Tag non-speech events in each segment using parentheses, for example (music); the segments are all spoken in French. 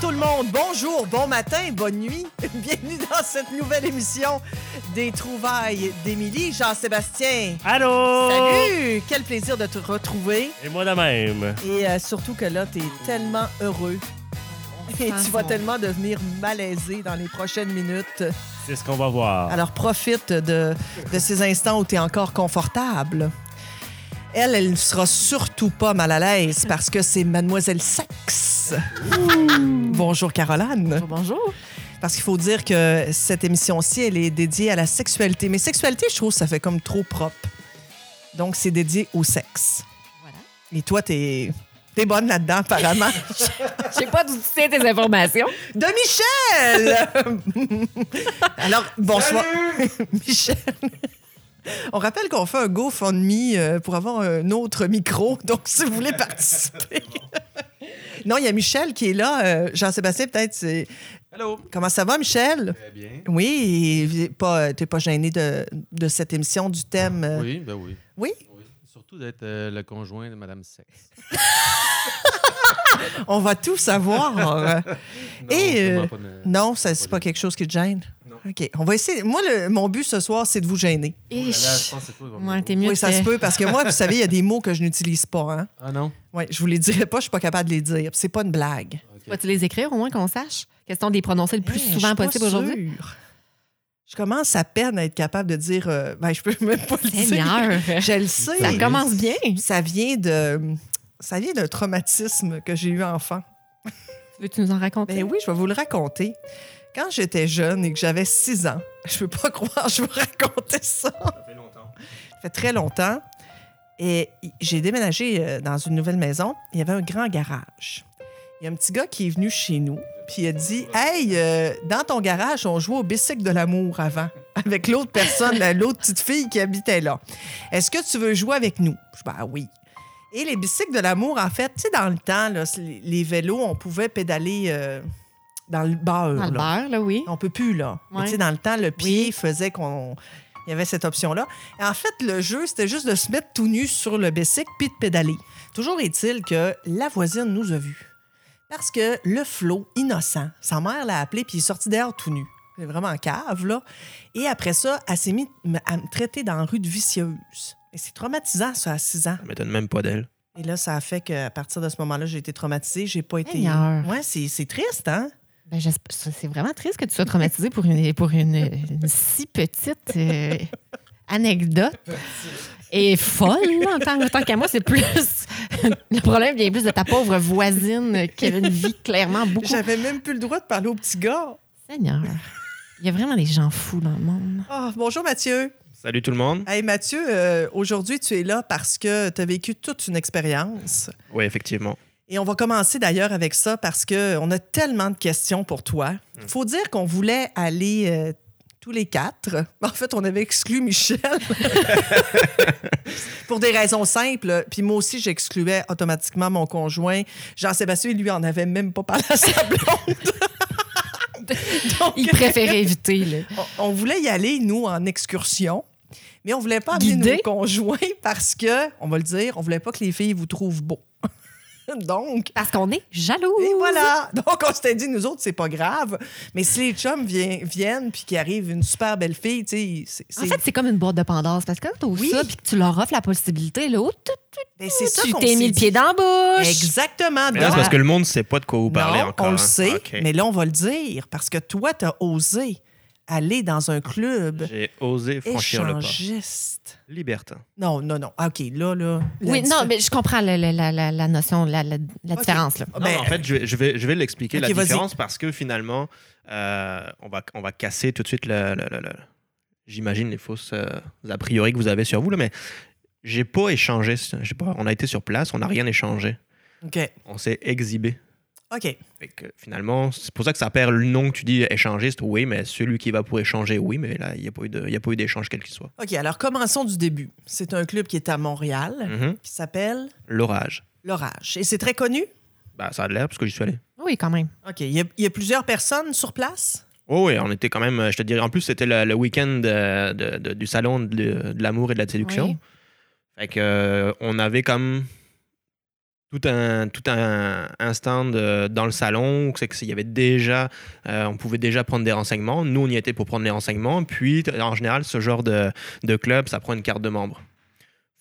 tout le monde, bonjour, bon matin, bonne nuit. (laughs) Bienvenue dans cette nouvelle émission des Trouvailles d'Émilie. Jean-Sébastien, Allô! salut! Quel plaisir de te retrouver. Et moi de même. Et euh, surtout que là, t'es tellement heureux. Et tu vas tellement devenir malaisé dans les prochaines minutes. C'est ce qu'on va voir. Alors profite de, de ces instants où tu es encore confortable. Elle, elle ne sera surtout pas mal à l'aise parce que c'est Mademoiselle Sexe. Bonjour Hein? Caroline. Bonjour. Parce qu'il faut dire que cette émission-ci, elle est dédiée à la sexualité. Mais sexualité, je trouve, que ça fait comme trop propre. Donc, c'est dédié au sexe. Voilà. Et toi, t'es es bonne là-dedans, apparemment. J'ai pas d'où tu sais tes informations. de Michel! Alors, bonsoir. (laughs) Michel. On rappelle qu'on fait un GoFundMe euh, pour avoir un autre micro, donc si vous voulez participer. non, il y a Michel qui est là. Euh, Jean-Sébastien, peut-être. c'est- Allô? Comment ça va, Michel? Très bien. Oui, et pas, t'es pas gêné de, de cette émission, du thème. euh, Oui, ben oui. oui? Oui. Surtout d'être euh, le conjoint de Madame Sexe. on va tout savoir. (laughs) euh. Non, Et, vraiment euh, pas de- non, ça, c'est pas quelque chose qui te gêne. Non. OK. On va essayer. Moi, le- mon but ce soir, c'est de vous gêner. Oh là là, je pense Ish. que c'est toi, il va me Ouais, dire. t'es mieux. oui, ça que- se peut, parce que moi, vous savez, il y a (laughs) des mots que je n'utilise pas. Hein? Ah non? Oui, je vous les dirai pas, je suis pas capable de les dire. C'est pas une blague. Ok. Vas-tu les écrire au moins qu'on sache? Question de les prononcer le plus Hey, je suis souvent pas possible aujourd'hui. sûre. Je commence à peine à être capable de dire. euh, ben, je peux (laughs) même pas le dire. Eh, Seigneur. Je le sais. Ça Oui. commence bien. Ça vient de. Ça vient d'un traumatisme que j'ai eu enfant. Veux-tu nous en raconter? Ben oui, je vais vous le raconter. Quand j'étais jeune et que j'avais 6 ans, (laughs) je peux pas croire que je vous racontais ça. Ça fait longtemps. Ça fait très longtemps. Et y- j'ai déménagé euh, dans une nouvelle maison. Il y avait un grand garage. Il y a un petit gars qui est venu chez nous, puis il a dit Hey, euh, dans ton garage, on jouait au bicycle de l'amour avant, avec l'autre personne, la- l'autre petite fille qui habitait là. Est-ce que tu veux jouer avec nous Je dis, Ben oui. Et les bicycles de l'amour, en fait, tu sais, dans le temps, là, c'est- les les vélos, on pouvait pédaler euh, dans le beurre. Dans le là. beurre, là, oui. On peut plus, là. Mais Ouais. tu sais, dans le temps, le pied faisait qu'on. Il y avait cette option-là. Et En fait, le jeu, c'était juste de se mettre tout nu sur le bicycle puis de pédaler. Toujours est-il que la voisine nous a vus. Parce que le flot, innocent, sa mère l'a appelé puis il est sorti dehors tout nu. C'est vraiment en cave, là. Et après ça, elle s'est mise à me traiter dans la rue de vicieuse. Et c'est traumatisant, ça, à 6 ans. Ça m'étonne même pas d'elle. Et là, ça a fait qu'à partir de ce moment-là, j'ai été traumatisée. J'ai pas été. Seigneur. Ouais, c'est c'est triste, hein? Ben, j'esp- ça, c'est vraiment triste que tu sois traumatisé pour une, pour une, une si petite euh, anecdote. Et folle, là, en tant, en tant qu'à moi, c'est plus. (laughs) Le problème vient plus de ta pauvre voisine qui avait une vie clairement beaucoup. J'avais même plus le droit de parler au petit gars. Seigneur, il y a vraiment des gens fous dans le monde. Ah, bonjour Mathieu. Salut tout le monde. Hey Mathieu, euh, aujourd'hui tu es là parce que tu as vécu toute une expérience. Oui, effectivement. Et on va commencer d'ailleurs avec ça parce que on a tellement de questions pour toi. Mm. Faut dire qu'on voulait aller euh, tous les quatre. (laughs) En fait, on avait exclu (laughs) Michel pour des raisons simples. Puis moi aussi, j'excluais automatiquement mon conjoint. Jean-Sébastien, lui, en avait même pas parlé à sa blonde. (laughs) Donc, (laughs) Ils préféraient éviter, là. on, on voulait y aller, nous, en excursion, mais on voulait pas amener Guidé. nos conjoints (laughs) parce que, on va le dire, on voulait pas que les filles vous trouvent beau. (laughs) Donc, ah, Parce qu'on est jaloux. et voilà. Donc, on s'était dit, nous autres, c'est pas grave. Mais si les chums vi- viennent puis qu'il arrive une super belle fille, tu sais, c'est- En c'est fait, c'est comme une boîte de Pandore. Parce que quand t'as Oui. ça puis que tu leur offres la possibilité, l'autre, ben, c'est ça tu qu'on t'es s'est mis le dit. pied dans la bouche. Exactement. Mais là, Donc, c'est parce que le monde sait pas de quoi vous parlez non, encore. on le hein. sait, Ok. mais là, on va le dire parce que toi, t'as osé aller dans un club J'ai osé franchir le pas. échangiste. Libertin. Non, non, non. Ah, OK, là, là. la Oui, non, différence- mais je comprends la, la- la- la- la notion, la, la- la Ok. différence. Là. Ah, Non, ben, mais en fait, je vais, je vais, je vais l'expliquer Ok, la vas-y. différence parce que finalement, euh, on, va, on va casser tout de suite le. le- le- le- J'imagine les fausses euh, a priori que vous avez sur vous, là, mais j'ai pas échangé. j'ai Pas, on a été sur place, on n'a rien échangé. OK. On s'est exhibé. OK. Fait que, finalement, c'est pour ça que ça perd le nom que tu dis échangiste, oui, mais celui qui va pour échanger, oui, mais là, il n'y a pas eu de- il y a pas eu d'échange quel qu'il soit. OK, alors commençons du début. C'est un club qui est à Montréal, Mhm. qui s'appelle L'orage. L'Orage. Et c'est très connu. Bah, ça a de l'air parce que j'y suis allé. Oui, quand même. OK, il y, a- il y a plusieurs personnes sur place. Oh oui, on était quand même, euh, je te dirais, en plus c'était le, le week-end euh, de- de- du salon de, de l'amour et de la séduction. Oui. Fait que, euh, on avait comme tout un, tout un, un stand euh, dans le salon, où c'est que c'est- il y avait déjà, euh, on pouvait déjà prendre des renseignements. Nous, on y était pour prendre les renseignements. Puis, t- en général, ce genre de, de club, ça prend une carte de membre.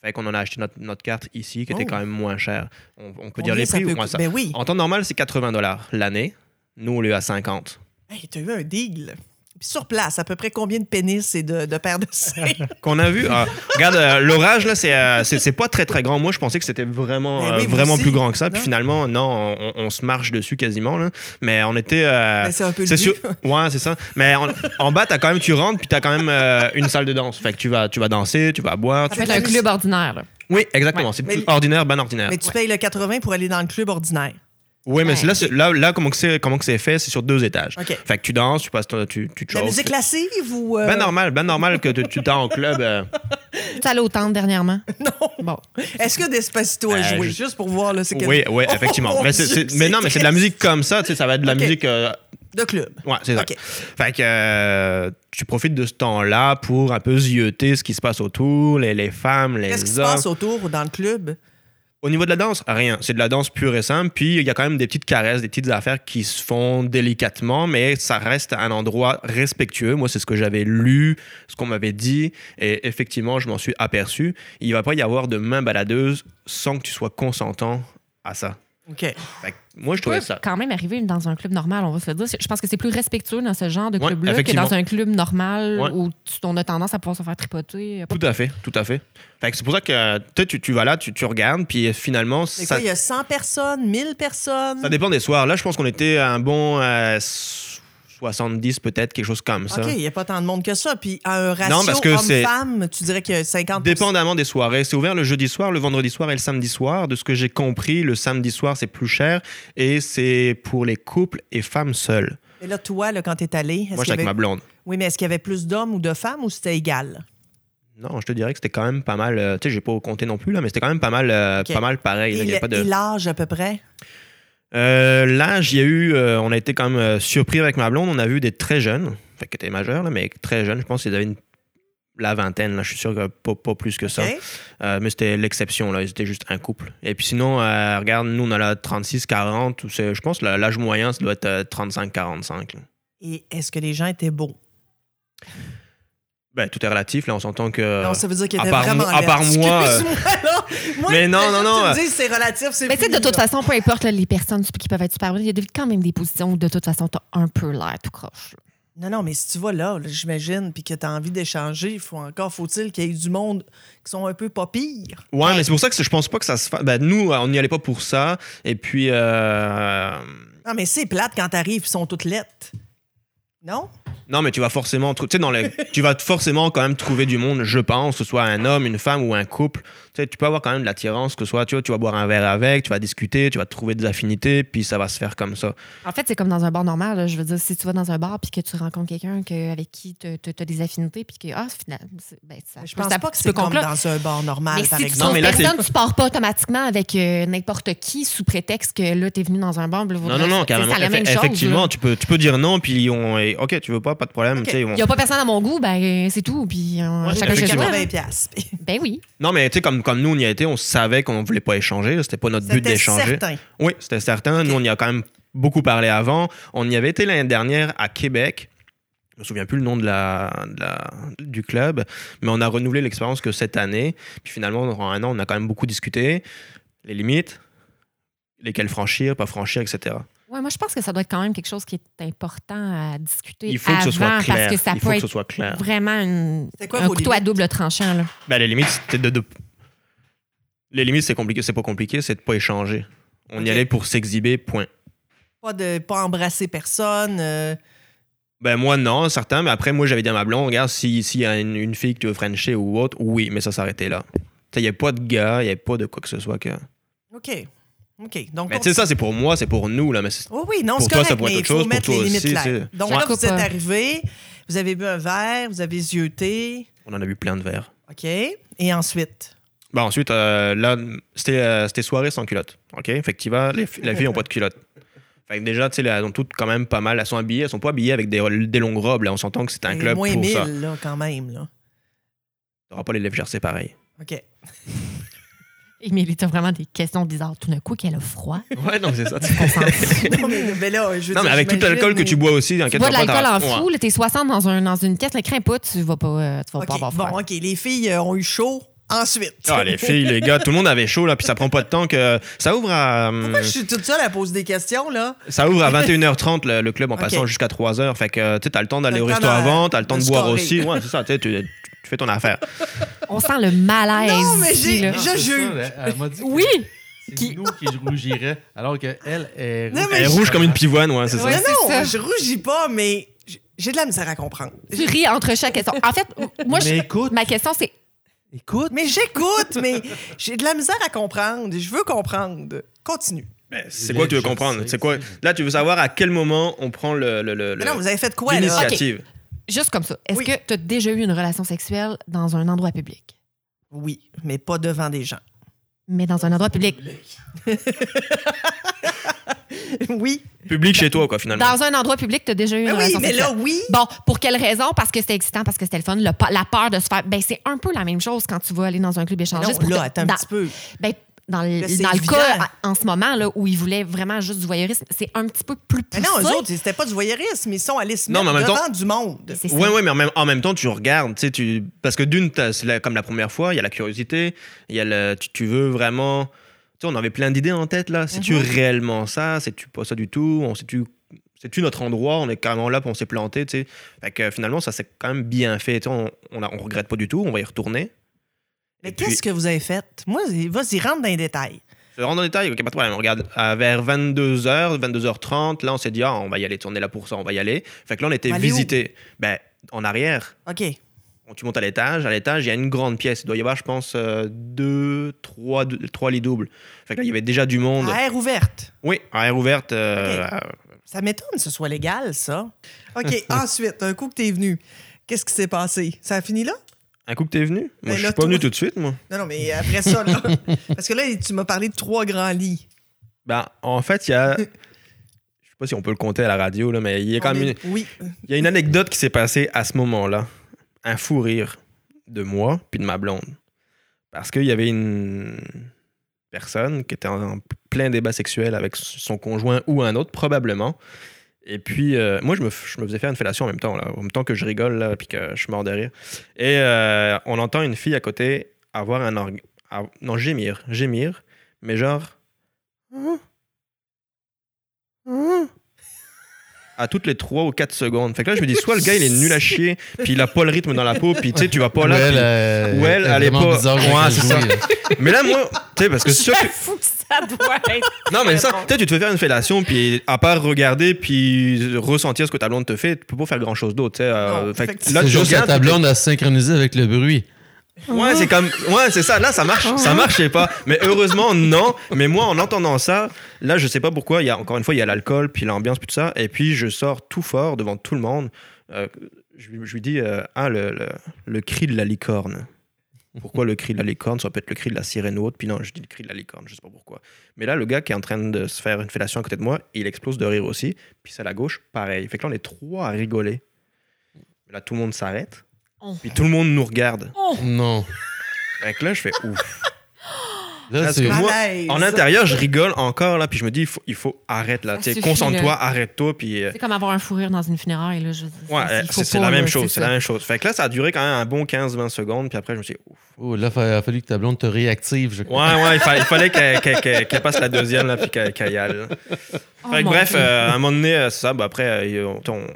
Fait qu'on en a acheté notre, notre carte ici, qui était Oh. quand même moins chère. On, on peut Combien dire les ça prix. peut ou moins coûter? ça- Ben oui. En temps normal, c'est 80 dollars l'année. Nous, on l'a eu à 50. Hey, t'as eu un deal. Puis sur place, à peu près combien de pénis et de, de paires de (laughs) seins? Qu'on a vu. ah, regarde, euh, l'orage, là, c'est, euh, c'est, c'est pas très, très grand. Moi, je pensais que c'était vraiment, Ben euh, oui, moi vraiment aussi. plus grand que ça. Puis Non. finalement, non, on, on se marche dessus quasiment. Là. Mais on était. euh, Ben, c'est un peu le C'est but. sûr. Ouais, c'est ça. Mais en, en bas, t'as quand même, tu rentres, puis t'as quand même euh, une salle de danse. Fait que tu vas, tu vas danser, tu vas boire. Ça tu- peut être un club ordinaire. là. Oui, exactement. C'est Mais- tout ordinaire, ban ordinaire. Mais tu payes le 80 pour aller dans le club ordinaire. Oui, mais Ouais. c'est là, c'est- là, là, comment que c'est, comment que c'est fait, c'est sur deux étages. OK. Fait que tu danses, tu passes, ton- tu, tu te La chauffes. musique classique ou. euh, Ben normal, ben normal que tu tu t'as en club. euh, Tu es allé au tente (laughs) dernièrement? Non. Bon. Est-ce que Despacito a Euh, joué? je- Juste pour voir, là, c'est quel- Oui, oui, effectivement. Oh, mon mais, c'est- Dieu, c'est- mais non, mais c'est de la musique comme ça, tu sais, ça va être de la Ok. musique. euh, De club. ouais, c'est ça. OK. Fait que euh, tu profites de ce temps-là pour un peu zioter ce qui se passe autour, les, les femmes, les Qu'est-ce qui se hommes. passe autour ou dans le club? Au niveau de la danse, rien. C'est de la danse pure et simple. Puis il y a quand même des petites caresses, des petites affaires qui se font délicatement, mais ça reste un endroit respectueux. Moi, c'est ce que j'avais lu, ce qu'on m'avait dit, et effectivement, je m'en suis aperçu. Il va pas y avoir de main baladeuse sans que tu sois consentant à ça. OK. Fait que moi, je trouvais peut ça. quand même arriver dans un club normal, on va se le dire. Je pense que c'est plus respectueux dans ce genre de Ouais, club-là que effectivement. dans un club normal Ouais. où tu- on a tendance à pouvoir se faire tripoter. Tout à fait, tout à fait. Fait que c'est pour ça que tu sais, tu, tu vas là, tu, tu regardes, puis finalement, Mais ça, quoi, il y a 100 personnes, 1000 personnes? ça dépend des soirs. Là, je pense qu'on était à un bon euh, 70 peut-être, quelque chose comme ça. OK, il n'y a pas tant de monde que ça. Puis à un ratio Non, parce que c'est- homme-femme, tu dirais que 50 Dépendamment des soirées. C'est ouvert le jeudi soir, le vendredi soir et le samedi soir. De ce que j'ai compris, le samedi soir, c'est plus cher et c'est pour les couples et femmes seules. Et là, toi, là, quand t'es allé, est-ce Moi, qu'il j'étais y avec ma avait... blonde. Oui, mais est-ce qu'il y avait plus d'hommes ou de femmes ou c'était égal? Non, je te dirais que c'était quand même pas mal. euh, tu sais, j'ai pas compté non plus, là, mais c'était quand même pas mal, euh, Ok. pas mal pareil. là, Et il y a le- pas de- et l'âge, à peu près? Euh, L'âge, il y a eu. euh, on a été quand même euh, surpris avec ma blonde. On a vu des très jeunes, fait que t'es majeur, là, mais très jeunes. Je pense qu'ils avaient une- la vingtaine, là, je suis sûr que pas, pas plus que ça. OK. Euh, mais c'était l'exception, là. Ils étaient juste un couple. Et puis sinon, euh, regarde, nous, on a la 36-40. ou c'est- Je pense que la- l'âge moyen, ça doit être euh, 35-45. là. Et est-ce que les gens étaient beaux? Ben, tout est relatif, là. Ben, On s'entend que. non, ça veut dire qu'ils Euh, à étaient part vraiment moi- à laids. part moi, euh, Excuse-moi, là. Moi, (laughs) mais non, déjà, non, euh. non, Tu me dis, c'est relatif, c'est Mais tu sais, de fini, toute là. façon, peu importe là, les personnes qui peuvent être super bonnes, il y a des- quand même des positions où de toute façon, t'as un peu l'air tout croche. là. Non, non, mais si tu vas là, là, j'imagine, puis que t'as envie d'échanger, il faut encore faut-il qu'il y ait du monde qui sont un peu pas pires. Ouais, mais c'est pour ça que je pense pas que ça se fasse. Ben, nous, euh, on n'y allait pas pour ça. Et puis. euh, Non, mais c'est plate quand t'arrives, ils sont toutes lettres. Non? Non, mais tu vas forcément. trou- Tu sais, dans les- tu vas forcément quand même trouver du monde, je pense, que ce soit un homme, une femme ou un couple. Tu sais, tu peux avoir quand même de l'attirance, que ce soit, tu vois, tu vas boire un verre avec, tu vas discuter, tu vas trouver des affinités, puis ça va se faire comme ça. En fait, c'est comme dans un bar normal. là. Je veux dire, si tu vas dans un bar puis que tu rencontres quelqu'un que- avec qui tu as des affinités puis que, ah, finalement, c'est- ben, ça, Je pense ça- pas que tu c'est peux comme conclure. dans un bar normal, Mais par si tu exemple. Non, trouves mais là, personne, tu pars pas automatiquement avec euh, n'importe qui sous prétexte que là, t'es venu dans un bar. Non, non, non, carrément. C'est la Effe- même chose, hein. effectivement, là. tu peux, tu peux dire non, puis on. est- Ok, tu veux pas, pas de problème. tu sais, on- Il n'y a pas personne à mon goût, ben euh, c'est tout. Puis euh, Ouais, chacun chez soi. effectivement. 80 là. piastres. Ben oui. Non, mais tu sais, comme, comme nous, on y a été, on savait qu'on voulait pas échanger. là, C'était pas notre but C'était d'échanger. certain. Oui, c'était certain. Nous, on y a quand même beaucoup parlé avant. On y avait été l'année dernière à Québec. Je me souviens plus le nom de la, de la- du club, mais on a renouvelé l'expérience que cette année. Puis finalement, durant un an, on a quand même beaucoup discuté. Les limites, lesquelles franchir, pas franchir, etc. Ouais, moi, je pense que ça doit être quand même quelque chose qui est important à discuter. Il faut que ce soit avant, clair. Parce que ça Il peut faut que être ce soit clair. vraiment une- C'est quoi un vos couteau à limites? double tranchant. Là. Ben, les limites, c'était de, de- Les limites, c'est compliqué. C'est pas compliqué, c'est de pas échanger. On Ok. y allait pour s'exhiber, point. Pas de pas embrasser personne. euh, Ben moi non, certain, mais après moi j'avais dit à ma blonde, regarde, si- s'il y a une, une fille que tu veux frencher ou autre, oui, mais ça s'arrêtait là. Il n'y a pas de gars, il n'y a pas de quoi que ce soit. Que... OK. OK. Donc, on- Oh Mais tu sais, ça c'est pour moi, c'est pour nous, là. Mais c'est- Oui, oui, non, Pour c'est toi, ça correct, pourrait être mais il autre faut chose, pour mettre toi les limites aussi, claires. tu Donc Ouais. là, vous êtes Coupe, euh, arrivé, vous avez bu un verre, vous avez zioté, on en a vu plein de verres. OK? Et ensuite, Ben ensuite, euh, là, c'était euh, c'était soirée sans culotte. OK? Fait que tu vas, les, fi- les filles n'ont pas de culotte. Fait que déjà, tu sais, elles ont toutes quand même pas mal, elles sont habillées, elles sont pas habillées avec des, des longues robes, là. On s'entend que c'est un euh, club moins pour ça. 1000, là, quand même, là. (laughs) T'auras pas les lèvres gercées pareil. OK. Émilie, t'as vraiment des questions bizarres. Tout d'un coup, qu'elle a (laughs) froid. Ouais, non, c'est ça. On s'en fout. Non, mais, mais là, je veux non, mais dire, avec tout j'imagine, l'alcool que mais- tu bois aussi, en Tu quatre bois de heures, pas l'alcool en t'en- fou, là, t'es 60 dans, un, dans une caisse, ne crains pas, tu vas pas, euh, tu vas pas OK, avoir froid. Bon, OK, les filles euh, ont eu chaud ensuite. Ah, les filles, les gars, tout le monde avait chaud, là, puis ça prend pas de temps que. Ça ouvre à. hum, (laughs) Pourquoi je suis toute seule à poser des questions, là? Ça (laughs) ouvre à 21h30, le, le club, en Ok. passant jusqu'à 3h. Fait que, euh, tu sais, t'as le temps d'aller T'as au le temps resto de- avant, t'as le temps de de boire scorer. aussi. Ouais, c'est ça, tu sais, tu tu fais (laughs) ton affaire. On sent le malaise. Non, mais ici, j'ai- là. je c'est ça, juge. elle- elle m'a dit que Oui! C'est Qui- nous qui rougiraient, alors qu'elle est Non, rouge. mais Elle est rouge comme une pivoine, ouais, c'est ça. non, non, c'est ça. je rougis pas, mais j- j'ai de la misère à comprendre. Tu ris entre chaque question. En fait, moi, je- Mais écoute, ma question, c'est écoute. Mais j'écoute, mais (laughs) j'ai de la misère à comprendre. Je veux comprendre. Continue. Mais C'est quoi que tu veux Je comprendre? sais, C'est quoi? je sais. Là, tu veux savoir à quel moment on prend le. le- le- Mais le- non, vous avez fait quoi, là? L'initiative. juste comme ça. Est-ce Oui. que tu as déjà eu une relation sexuelle dans un endroit public? Oui, mais pas devant des gens. Mais dans un endroit public. oui. Public chez toi, quoi, finalement. Dans un endroit public, tu as déjà eu une Mais Ah oui, relation mais sexuelle. là, oui. Bon, pour quelle raison? Parce que c'était excitant, parce que c'était le fun, le pa- la peur de se faire. Ben, c'est un peu la même chose quand tu vas aller dans un club Non, échangiste. pour là, te- attends un dans- petit peu. ben, dans le, Là, c'est dans le évident. cas en en ce moment là, où ils voulaient vraiment juste du voyeurisme, c'est un petit peu plus Mais poussé. non, eux autres, c'était pas du voyeurisme. Ils sont allés se Non, mettre mais en même devant temps- du monde. C'est ça. Ouais, ouais, mais en même, en même temps, tu regardes, tu sais, tu... parce que d'une, t'as- c'est la- comme la première fois, il y a la curiosité, il y a le, tu, tu veux vraiment, tu sais, on avait plein d'idées en tête là. C'est-tu réellement ça C'est-tu pas ça du tout On tu c'est-tu notre endroit On est carrément là, puis on s'est planté, tu sais. Fait que euh, finalement, ça c'est quand même bien fait. tu sais, On, on, a- on regrette pas du tout. On va y retourner. Mais Et puis- qu'est-ce que vous avez fait? Moi, vas-y, rentre dans les détails. Je rentre dans les détail, ok, pas de problème. On regarde à vers 22h, 22h30, là, on s'est dit, ah, on va y aller, tu sais, on est là pour ça, on va y aller. Fait que là, on était Aller où visité. Ben, en arrière. OK. Bon, Tu montes à l'étage, à l'étage, il y a une grande pièce. Il doit y avoir, je pense, euh, deux, trois, deux- trois lits doubles. Fait que là, il y avait déjà du monde. À air ouverte. Oui, à air ouverte. euh, Ah Ok. euh, Ça m'étonne que ce soit légal, ça. (laughs) OK, ensuite, un coup que t'es venu, qu'est-ce qui s'est passé? Ça a fini là? un coup que t'es venu Moi, Mais je là, suis pas venu toi- tout de suite, moi. Non, non, mais après ça, (laughs) là. Parce que là, tu m'as parlé de trois grands lits. Bah, en fait, il (laughs) y a. Je sais pas si on peut le compter à la radio, là, mais il y a quand On même une... est- Oui. il y a une anecdote qui s'est passée à ce moment-là. Un fou rire de moi puis de ma blonde. Parce qu'il y avait une personne qui était en en plein débat sexuel avec son conjoint ou un autre, probablement. Et puis, euh, moi, je me, f- je me faisais faire une fellation en même temps, là, en même temps que je rigole, là, puis que je suis mort de rire. Et euh, on entend une fille à côté avoir un orgue. ah, non, gémir, gémir, mais genre. Hein? Hein? À toutes les 3 ou 4 secondes. Fait que là, je me dis, soit le gars, il est nul à chier, puis il a pas le rythme dans la peau, puis tu sais, tu vas pas là. Ou elle, puis- euh, ou elle, elle est vraiment pas- bizarre Ouais, quand c'est elle ça. jouit, là. Mais là, moi, tu sais, parce que (laughs) c'est sûr que. J'avoue que ça doit être. Non, mais ça, tu sais, tu te fais faire une fellation, puis à part regarder, puis ressentir ce que ta blonde te fait, tu peux pas faire grand chose d'autre, tu sais. euh, Non, fait que effectivement. là, C'est tu juste que regardes. ta blonde a synchronisé avec le bruit. Ouais, c'est comme. Ouais, c'est ça. Là, ça marche. Ça marchait pas. Mais heureusement, non. Mais moi, en entendant ça, là, je sais pas pourquoi. Il y a, encore une fois, il y a l'alcool, puis l'ambiance, puis tout ça. Et puis, je sors tout fort devant tout le monde. Euh, je, lui- je lui dis euh, Ah, le, le, le cri de la licorne. Pourquoi le cri de la licorne Ça peut être le cri de la sirène ou autre. Puis non, je dis le cri de la licorne, je sais pas pourquoi. Mais là, le gars qui est en train de se faire une fellation à côté de moi, il explose de rire aussi. Puis c'est à la gauche, pareil. Fait que là, on est trois à rigoler. Là, tout le monde s'arrête. Oh. Puis tout le monde nous regarde. Non. Fait que là, je fais ouf. Là, Parce c'est. que moi, Malaise. en intérieur, je rigole encore, là, puis je me dis, il faut, il faut arrête, là, Ça tu sais, suffit, concentre-toi, là. arrête-toi, puis... euh, C'est comme avoir un fou rire dans une funéraille là. Je... ouais, euh, il faut c'est c'est pas, la même là, chose, c'est ça. la même chose. Fait que là, ça a duré quand même un bon 15-20 secondes, puis après, je me suis dit, ouf. Oh, là, il a fallu que ta blonde te réactive. Je... ouais, ouais, il, fa- il fallait qu'elle qu'elle- qu'elle- qu'elle passe la deuxième, là, puis qu'elle qu'elle y aille. là. Oh, Fait que mon bref, Dieu. euh, à un moment donné, euh, c'est ça, bah, après, euh, on- on-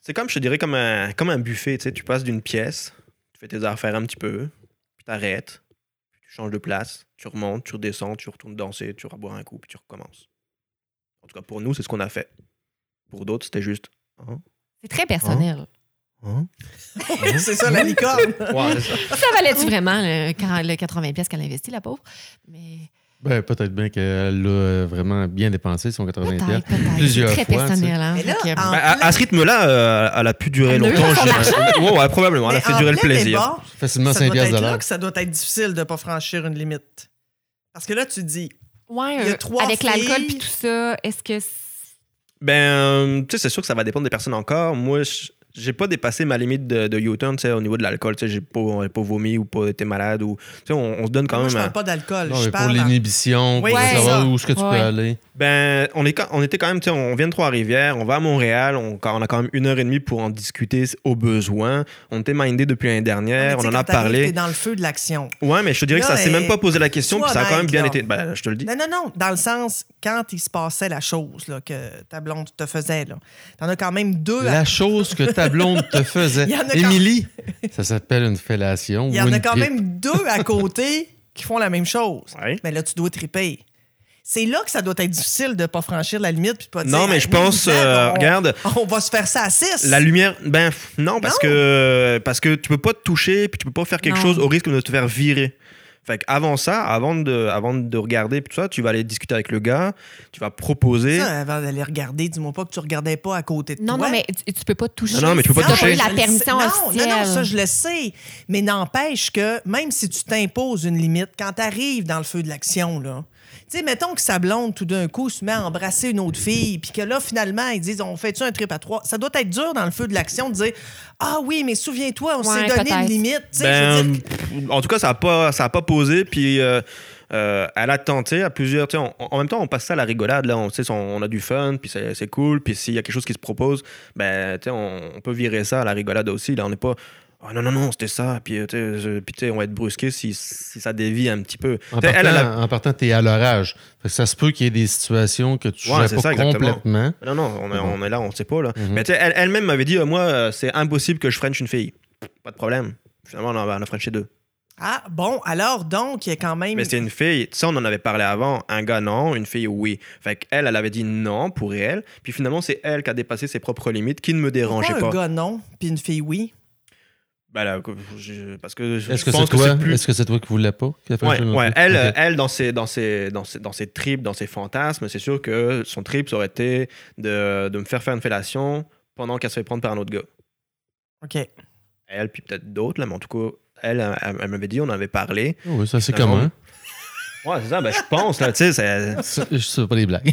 c'est comme, je te dirais, comme un, comme un buffet, tu sais, tu passes d'une pièce, tu fais tes affaires un petit peu, puis t'arrêtes, puis tu changes de place, tu remontes, tu redescends, tu retournes danser, tu reboires un coup, puis tu recommences. En tout cas, pour nous, c'est ce qu'on a fait. Pour d'autres, c'était juste... hein, C'est très personnel. hein. (laughs) c'est ça, la licorne. (laughs) Ouais, c'est ça. Ça valait-tu vraiment le, quand- le 80 pièces qu'elle a investi, la pauvre? Mais Ben, peut-être bien qu'elle l'a euh, vraiment bien dépensé, son 80 peut-être, peut-être. C'est Plusieurs très fois, personnel. Hein? Mais là, Fait que- en- Bah, à, à ce rythme-là, euh, elle a pu durer Elle a eu longtemps. son je- Ouais, ouais, probablement. Elle a Mais fait en durer le plein plaisir. débat, Facilement ça 5 doit pièces être de là l'heure. que ça doit être difficile de ne pas franchir une limite. Parce que là, tu dis, Ouais, Il y a euh, trois avec l'alcool filles. puis tout ça, est-ce que. c'est- Ben, euh, tu sais, c'est sûr que ça va dépendre des personnes encore. Moi, je- j'ai pas dépassé ma limite de, de U-turn tu sais, au niveau de l'alcool. Tu sais, j'ai pas, j'ai pas vomi ou pas été malade. Ou, tu sais, on, on se donne quand Moi, je même. hein. parle pas un- d'alcool. Non, Je mais pour parle. en- l'inhibition, Oui, pour c'est savoir ça. où est-ce que tu Ouais. peux aller. Ben, on, est, quand- on était quand même, tu sais, on vient de Trois-Rivières, on va à Montréal, on, on a quand même une heure et demie pour en discuter au besoin. On était mindé depuis l'année Mais dernière, tu on sais, en a quand t'arrives, parlé. T'es dans le feu de l'action. Ouais, mais je te dirais Là, que ça s'est mais- même pas posé la question, Sois puis ça a quand même honnête, bien là. été. Ben, je te le dis. Non, non, non. Dans le sens, quand il se passait la chose là, que ta blonde te faisait, là, t'en as quand même deux. à- La chose que ta blonde te faisait. (laughs) Il y en a quand- Émilie, ça s'appelle une fellation. Il y ou en a une quand grippe. même deux à côté qui font la même chose. Ouais. Mais là, tu dois triper. C'est là que ça doit être difficile de pas franchir la limite puis de pas dire, Non, mais je hey, pense, nous, euh, on- regarde, On va se faire ça à six. la lumière, ben pff, non, parce Non. que parce que tu peux pas te toucher, puis tu peux pas faire quelque Non. chose au risque de te faire virer. Fait que avant ça, avant de, avant de regarder, puis tout ça, tu vas aller discuter avec le gars, tu vas proposer. Ça, avant d'aller regarder, dis-moi pas que tu regardais pas à côté de Non, toi. non, mais tu, tu peux pas toucher. Non, non, mais tu peux pas T'as toucher. eu la je le sais. permission non, non, non, officielle. ça, je le sais. Mais n'empêche que même si tu t'imposes une limite, quand tu arrives dans le feu de l'action, là, tu sais, mettons que sa blonde, tout d'un coup, se met à embrasser une autre fille, puis que là, finalement, ils disent, on fait-tu un trip à trois? Ça doit être dur dans le feu de l'action de dire, ah oui, mais souviens-toi, on s'est Ouais, donné une peut-être. limite. Tu sais, je veux Ben, dire, pff, en tout cas, ça n'a pas, ça a pas posé. Puis euh, euh, elle a tenté à plusieurs. tu sais, on- en même temps, on passe ça à la rigolade. Là, on, tu sais, on, on a du fun, puis c'est c'est cool. Puis s'il y a quelque chose qui se propose, ben, tu sais, on, on peut virer ça à la rigolade aussi. Là, on n'est pas. Oh non, non, non, c'était ça. Puis, euh, tu sais, je- puis, tu sais, on va être brusqué si, si ça dévie un petit peu. En Tu sais, partant, elle, elle a- en partant, t'es à l'orage. Fait que Ça se peut qu'il y ait des situations que tu ne Ouais, pas c'est ça, exactement. complètement. Non, non, on, est- on est là, on sait pas. Là. Mhm. Mais tu sais, elle- elle-même m'avait dit euh, Moi, euh, c'est impossible que je French une fille. Pas de problème. Finalement, on en a, on a Frenché deux. ah, bon, alors donc, il y a quand même. Mais c'était une fille, ça on en avait parlé avant, un gars non, une fille oui. Fait qu'elle, elle avait dit non pour elle, puis finalement c'est elle qui a dépassé ses propres limites qui ne me Pourquoi dérangeait un pas. gars non, puis une fille oui. Ben là, je- parce que je Est-ce que c'est pense que toi? c'est plus... Est-ce que c'est toi qui voulais pas? qui a fait Ouais, ça, non ouais. plus? Elle, Ok. euh, elle dans, ses, dans, ses, dans, ses, dans ses tripes, dans ses fantasmes, c'est sûr que son trip, ça aurait été de, de me faire faire une fellation pendant qu'elle se fait prendre par un autre gars. OK. Elle, puis peut-être d'autres, là, mais en tout cas, elle, elle, elle m'avait dit, on en avait parlé. Oh oui, ça c'est Finalement, commun. Ouais, c'est ça, ben, je pense, là, tu sais, (laughs) c'est- Ça, Je sais pas des blagues.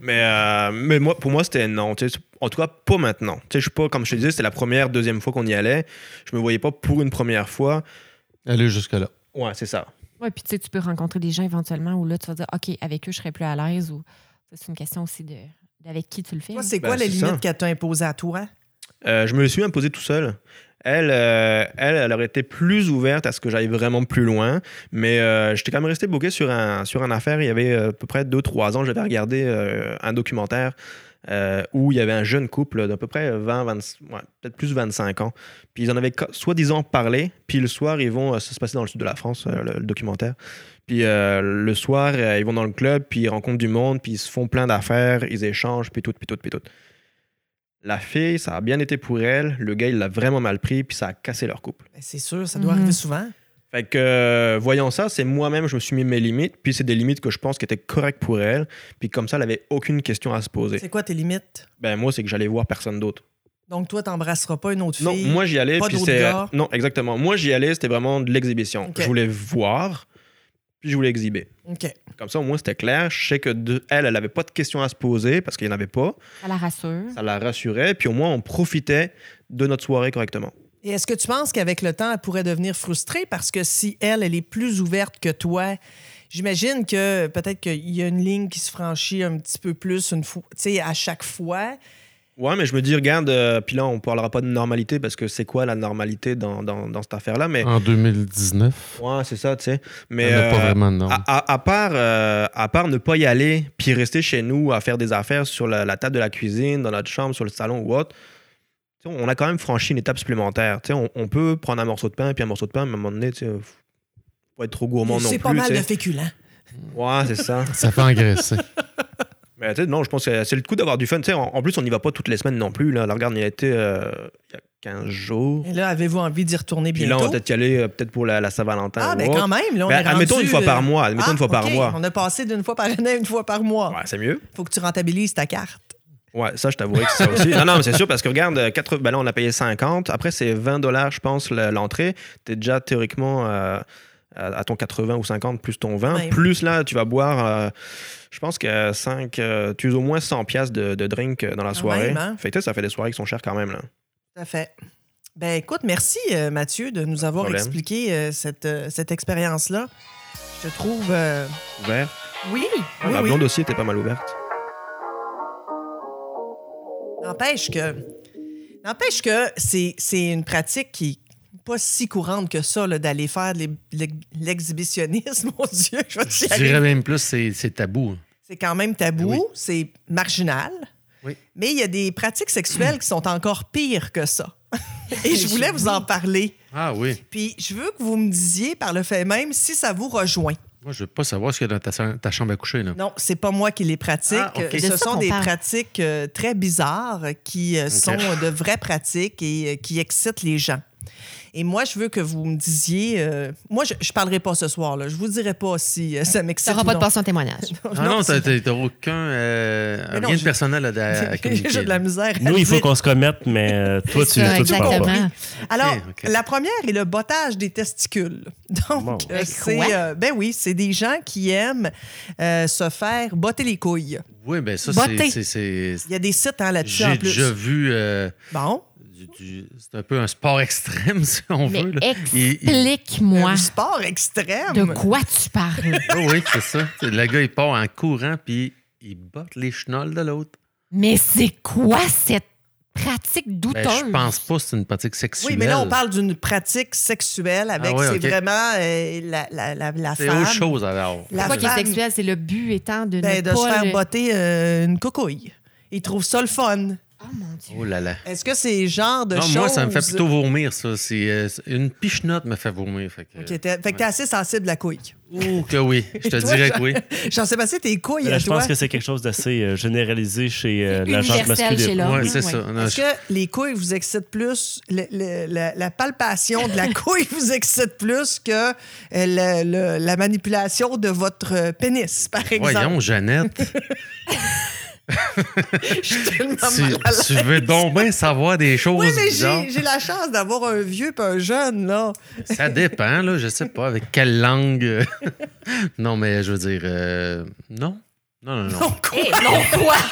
Mais, euh, mais moi, pour moi, c'était non. tu sais. En tout cas, pas maintenant. Tu sais, Je suis pas, comme je te disais, c'était la première, deuxième fois qu'on y allait. Je me voyais pas pour une première fois. Aller jusque-là. Ouais, c'est ça. Ouais, puis tu sais, tu peux rencontrer des gens éventuellement où là, tu vas dire, OK, avec eux, je serais plus à l'aise. Ou ça, c'est une question aussi de d'avec qui tu le fais. Toi, là. c'est Ben, quoi la c'est ça. limite qu'elle t'a imposée à toi? Ben, Euh, je me le suis imposé tout seul. Elle, euh, elle, elle aurait été plus ouverte à ce que j'aille vraiment plus loin. Mais euh, j'étais quand même resté bloqué sur un, sur une affaire. Il y avait euh, à peu près 2-3 ans, j'avais regardé euh, un documentaire euh, où il y avait un jeune couple d'à peu près 20, 20 ouais, peut-être plus 25 ans. Puis ils en avaient co- soi-disant parlé. Puis le soir, ils vont, euh, ça se passait dans le sud de la France, euh, le, le documentaire. Puis euh, le soir, euh, ils vont dans le club, puis ils rencontrent du monde, puis ils se font plein d'affaires, ils échangent, puis tout, puis tout, puis tout. La fille, ça a bien été pour elle. Le gars, il l'a vraiment mal pris, puis ça a cassé leur couple. Ben, c'est sûr, ça doit Mhm. arriver souvent. Fait que, euh, voyant ça, c'est moi-même, je me suis mis mes limites, puis c'est des limites que je pense qui étaient correctes pour elle, puis comme ça, elle avait aucune question à se poser. C'est quoi tes limites? Ben, moi, c'est que j'allais voir personne d'autre. Donc, toi, t'embrasseras pas une autre Non, fille. moi, j'y allais, pas puis d'autres c'était. gars. Non, exactement. Moi, j'y allais, c'était vraiment de l'exhibition. Ok. Je voulais voir, puis je voulais exhiber. OK. Comme ça, au moins, c'était clair. Je sais que de- elle, elle avait pas de questions à se poser, parce qu'il n'y en avait pas. Ça la rassure. Ça la rassurait, puis au moins, on profitait de notre soirée correctement. Et est-ce que tu penses qu'avec le temps, elle pourrait devenir frustrée parce que si elle, elle est plus ouverte que toi, j'imagine que peut-être qu'il y a une ligne qui se franchit un petit peu plus une fois, tu sais, à chaque fois. Ouais, mais je me dis, regarde, euh, puis là, on parlera pas de normalité parce que c'est quoi la normalité dans, dans, dans cette affaire-là, mais. En 2019, Ouais, c'est ça, tu sais. on Mais. n'a pas euh, vraiment de nom. à, à- à part, euh, à part ne pas y aller, puis rester chez nous à faire des affaires sur la, la table de la cuisine, dans notre chambre, sur le salon ou autre, tu sais, on a quand même franchi une étape supplémentaire. Tu sais, on, on peut prendre un morceau de pain, puis un morceau de pain, mais à un moment donné, tu sais, faut pas être trop gourmand non C'est plus. pas mal tu de sais. féculents. Ouais, (laughs) c'est ça. Ça fait (laughs) engraisser. Mais tu sais, non, je pense que c'est le coup d'avoir du fun. Tu sais, en, en plus, on n'y va pas toutes les semaines non plus. Là, Là, regarde, on y a été euh, il y a 15 jours. Et là, avez-vous envie d'y retourner Puis là, on bientôt? va peut-être y aller euh, peut-être pour la, la Saint-Valentin. ah, ou ben autre. quand même, là, on Ben, est admettons rendu, une fois euh, par mois. Admettons ah, une fois par OK. mois. On a passé d'une fois par (laughs) année à une fois par mois. Ouais, c'est mieux. Faut que tu rentabilises ta carte. Ouais, ça, je t'avouerais que c'est ça aussi. non, non, mais c'est sûr, parce que regarde, euh, quatre, ben là, on a payé 50. Après, c'est 20 dollars, je pense, le- l'entrée. T'es déjà théoriquement euh, à, à ton 80 ou 50, plus ton 20. Ouais. Plus là, tu vas boire, euh, je pense que 5, tu uses au moins 100 piastres de, de drink euh, dans la Quand soirée. même, hein. Fait que tu sais, ça fait des soirées qui sont chères quand même. Là. Tout à fait. Ben écoute, merci euh, Mathieu de nous avoir problème. expliqué euh, cette, euh, cette expérience-là. Je te trouve. euh, Ouvert. Oui, oui, Ma Ah, oui. blonde aussi Ah, était pas mal ouverte. N'empêche que. N'empêche que c'est c'est une pratique qui n'est pas si courante que ça, là, d'aller faire de l'é- l'é- l'exhibitionnisme, (laughs) mon Dieu, je vais t'y Je arriver. dirais même plus, c'est c'est tabou. C'est quand même tabou, Oui. c'est marginal. Oui. Mais il y a des pratiques sexuelles qui sont encore pires que (laughs) ça. Et je voulais vous en parler. Ah oui. Puis je veux que vous me disiez par le fait même si ça vous rejoint. Moi, je veux pas savoir ce qu'il y a dans ta, sa- ta chambre à coucher. Là. Non, c'est pas moi qui les pratique. Ah, ok. Euh, De Ce ça sont qu'on des parle. pratiques euh, très bizarres euh, qui euh, sont euh, de vraies pratiques et euh, qui excitent les gens. Et moi, je veux que vous me disiez. euh, moi, je, je parlerai pas ce soir. Là. Je vous dirai pas si euh, ça Ça m'excite. n'aura ou pas de non. passion témoignage. (laughs) Ah non, t'as t'as- t'as aucun. euh, Mais non, rien de j'ai- personnel à, à, à (laughs) communiquer. J'ai de la misère. à Nous, il faut dire. qu'on se remette, mais euh, toi, tu, C'est toi, ça, tu parles pas. Euh, exactement. Alors, ok. la première est le bottage des testicules. (laughs) Donc, Wow. euh, Mais quoi? c'est. euh, ben oui, c'est des gens qui aiment euh, se faire botter les couilles. Oui, ben ça, Botter. c'est- c'est. c'est- Il y a des sites hein, là-dessus en J'ai plus. déjà vu. euh, Bon, du- du- c'est un peu un sport (laughs) extrême, si on Mais veut. là. Il- il- explique-moi un sport extrême. de quoi tu parles. Oui, oui, c'est ça. C'est- Le gars, il part en courant, puis il botte les chenolles de l'autre. Mais c'est quoi cette pratique Ben, douteuse? je pense pas que c'est une pratique sexuelle. Oui, mais là, on parle d'une pratique sexuelle avec, Ah ouais, c'est ok. vraiment euh, la, la, la, la C'est femme, autre chose, alors. La Pourquoi qui est femme- sexuel? C'est le but étant de ne ben, de se pas... faire le- botter euh, une coucouille. Ils trouvent ça le fun. Oh mon Dieu. Oh là là. Est-ce que c'est le genre de non, choses... moi, ça me fait plutôt vomir, ça. C'est, euh, c'est- une pichenotte me fait vomir. Fait que, Ok, t'es- fait que t'es assez sensible à la couille. Ouh, que oui. Je te Et toi, dirais que oui. Jean-Sébastien, tes couilles Euh, Là, à je toi. pense que c'est quelque chose d'assez euh, généralisé chez euh, la gente Universel masculine. chez l'homme. Ouais, oui, c'est oui. ça. Non, Est-ce je- que les couilles vous excitent plus, le- le- la, la palpation de la (laughs) couille vous excite plus que euh, le- le- la manipulation de votre euh, pénis, par exemple? Voyons, Jeannette, (laughs) Je suis tellement mal à tu, tu veux donc bien savoir des choses Oui, mais bizarres. j'ai- j'ai la chance d'avoir un vieux puis un jeune, là. Ça dépend, là. Je sais pas avec quelle (laughs) langue. euh, non, mais je veux dire, euh, non. Non, non, non. Quoi? (laughs)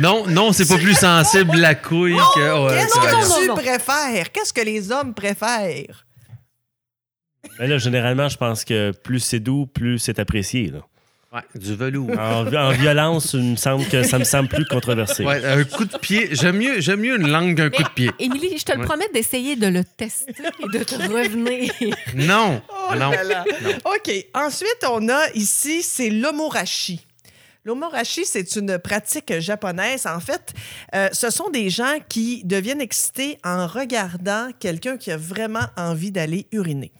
Non, non, c'est pas plus sensible la couille que. ouais, Qu'est-ce c'est pas non, grave. que non, tu non. préfères? Qu'est-ce que les hommes préfèrent? Mais là, généralement, je pense que plus c'est doux, plus c'est apprécié. là. Ouais, du velours. En, en violence, il me semble que ça me semble plus controversé. Ah. Ouais, un coup de pied. J'aime mieux, j'aime mieux une langue qu'un coup de (laughs) pied. Émilie, je te le Ouais. promets d'essayer de le tester et de (laughs) te revenir. Non, Ah non. OK. Ensuite, on a ici, c'est l'omorashi. L'omorashi, c'est une pratique japonaise. En fait, euh, ce sont des gens qui deviennent excités en regardant quelqu'un qui a vraiment envie d'aller uriner.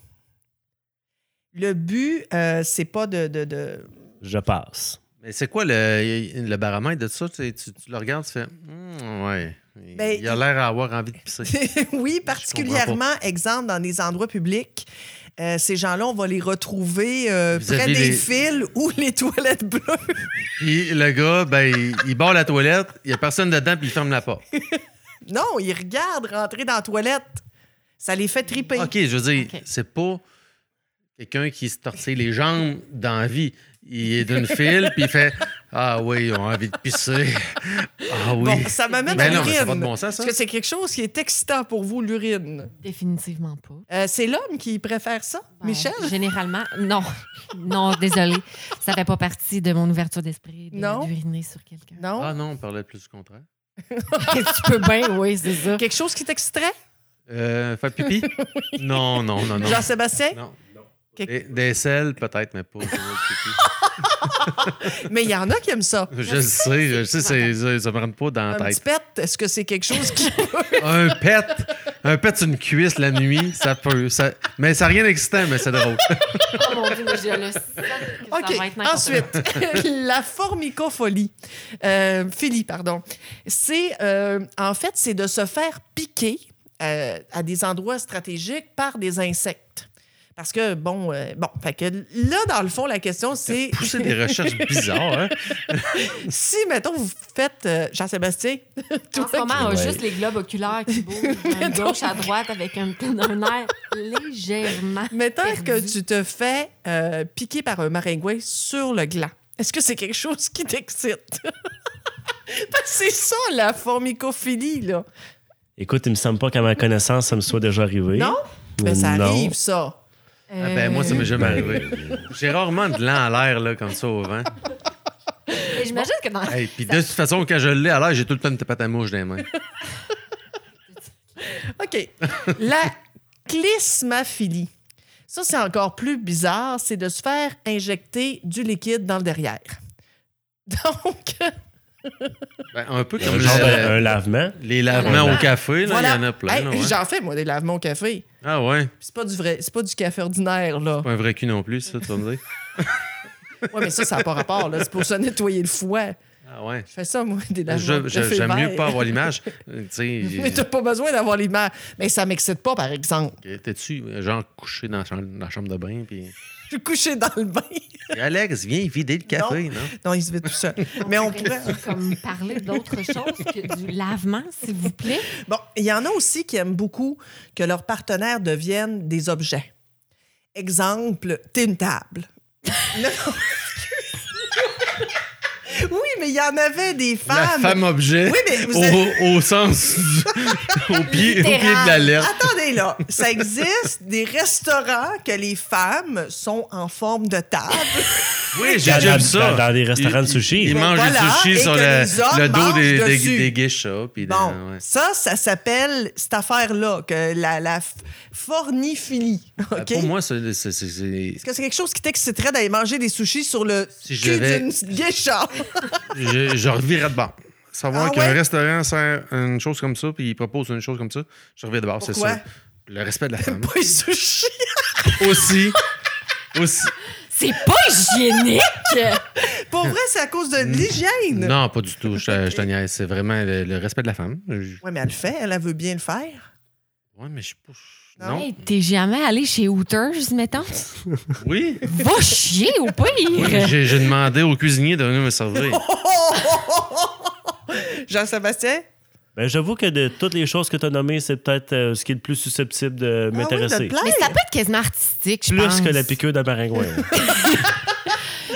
Le but, euh, c'est pas de- de- de, Je passe. Mais c'est quoi le, le baromètre de ça? Tu, sais, tu- tu le regardes, tu fais Hmm, ouais. Il, Ben, il a l'air à avoir envie de pisser. (laughs) oui, particulièrement, exemple, dans des endroits publics. Euh, ces gens-là, on va les retrouver euh, Vous près avez des les- fils ou (laughs) les toilettes bleues. Puis le gars, ben, il, il barre la toilette, il n'y a personne dedans, puis il ferme (laughs) la porte. Non, ils regardent rentrer dans la toilette. Ça les fait triper. OK, je veux dire, Ok. c'est pas quelqu'un qui se tortille les jambes dans la vie. Il est d'une file, puis il fait Ah oui, ils ont envie de pisser. Ah oui. Bon, ça m'amène Ben à non, mais ça va de l'urine. bon sens, ça. Parce que c'est quelque chose qui est excitant pour vous, l'urine. Définitivement pas. Euh, c'est l'homme qui préfère ça, Bon, Michel? Généralement, non. Non, désolé. Ça fait pas partie de mon ouverture d'esprit de- Non. d'uriner sur quelqu'un. (laughs) Non? Ah non, on parlait plus du contraire. tu peux bien, oui, c'est ça. Quelque chose qui t'extrait, Euh, faire (laughs) pipi? Non, non, non, non. (laughs) Jean-Sébastien? Non. Quel- Des, des selles, peut-être, mais pas. (laughs) pas pipi. Mais il y en a qui aiment ça. Je le sais, je le sais, c'est- ça, ça me rentre pas dans Un la petit tête. pet, est-ce que c'est quelque chose qui... Un pet, un pet sur une cuisse la nuit, ça peut. ça- mais ça n'a rien d'excitant, mais c'est drôle. Oh mon Dieu, mais je le sens que ça OK. va être n'importe Ensuite, (laughs) la formicophilie. Euh, philie, pardon. C'est, euh, en fait, c'est de se faire piquer euh, à des endroits stratégiques par des insectes. Parce que, bon, euh, bon, fait que là, dans le fond, la question, c'est Pousser des recherches bizarres, hein? si, mettons, vous faites, euh, Jean-Sébastien, (laughs) En toi, ce moment, on a Ouais. juste les globes oculaires qui bougent de gauche à droite avec un, un air légèrement. mettons que perdu. tu te fais euh, piquer par un maringouin sur le gland. Est-ce que c'est quelque chose qui (laughs) t'excite? Parce que c'est ça, la formicophilie, là. Écoute, il me semble pas qu'à ma connaissance, ça me soit déjà arrivé. Non? Mais Ben, ça Non. arrive, ça. euh, Ah, ben, moi, ça m'est jamais arrivé. J'ai rarement de l'an à l'air, là, comme ça, au vent. Et J'imagine que dans. Hey, puis de toute façon, quand je l'ai à l'air, j'ai tout le temps une pâte à mouche dans les mains. OK. La clismaphilie. Ça, c'est encore plus bizarre. C'est de se faire injecter du liquide dans le derrière. (laughs) Donc, Ben, un peu Un comme genre le- de- un lavement. les lavements au café, là, il voilà. y en a plein. Hey, là, ouais. J'en fais, moi, des lavements au café. Ah ouais, Puis C'est pas du vrai, c'est pas du café ordinaire, là. pas un vrai cul non plus, ça, tu vas me dire. Ouais, mais ça, ça n'a pas rapport, là. C'est pour se nettoyer le foie. Ah ouais. Je fais ça, moi, des lavements Je- de je- café J'aime mieux vert. pas (laughs) avoir l'image. Euh, Tu Mais t'as sais, pas besoin d'avoir l'image. Mais ça m'excite pas, par exemple. euh, t'es-tu, euh, genre, couché dans la chambre, dans la chambre de bain, puis... Je suis couché dans le bain. Et Alex, viens vider le café, non? Non, il se vide tout seul. Mais on pourrait... comme parler d'autre chose que du lavement, s'il vous plaît. Bon, il y en a aussi qui aiment beaucoup que leurs partenaires deviennent des objets. Exemple, t'es une (laughs) table. Non, non. oui, mais il y en avait des La femmes. femme objet Oui, mais vous au, êtes- au sens, (laughs) du- au, pied, au pied de la lettre. Attendez là, ça existe des restaurants que les femmes sont en forme de table. Ah, Oui, j'ai Dans- déjà dans- vu ça. dans- dans des restaurants de Ils- sushi. Ils Bon, mangent Ah, voilà, du et sushi sur que le, les hommes le dos des, mangent des, dessus. des geishas, puis des- Bon, ouais. ça, ça s'appelle cette affaire-là, que la, la f- forniphilie. Ben, OK? Pour moi, c'est- c'est- c'est- c'est- Est-ce que c'est quelque chose qui t'exciterait d'aller manger des sushis sur le Si je cul devais- d'une guécharde? (laughs) je, je revirais de bord. Savoir Ah qu'un ouais? restaurant sert une chose comme ça, puis il propose une chose comme ça, je revirais de bord, c'est Pourquoi? ça. Le (laughs) respect de la femme. Pas les sushis! aussi, aussi. C'est pas hygiénique! Pour vrai, c'est à cause de l'hygiène. Non, pas du tout, je, te- je te niaise. C'est vraiment le, le respect de la femme. Je- Oui, mais elle le fait, elle, elle veut bien le (laughs) faire. Ouais, mais je pas. Non. Non. Hey, T'es jamais allé chez Hooters, mettons? Oui. Va chier au pire! J'ai j'ai demandé au cuisinier de venir (laughs) me servir. Oh! Jean-Sébastien? Ben, j'avoue que de toutes les choses que tu as nommées, c'est peut-être euh, ce qui est le plus susceptible de m'intéresser. Ah oui, notre Mais plaire. ça peut être quasiment artistique, je plus pense. que la piqûre d'un maringouin.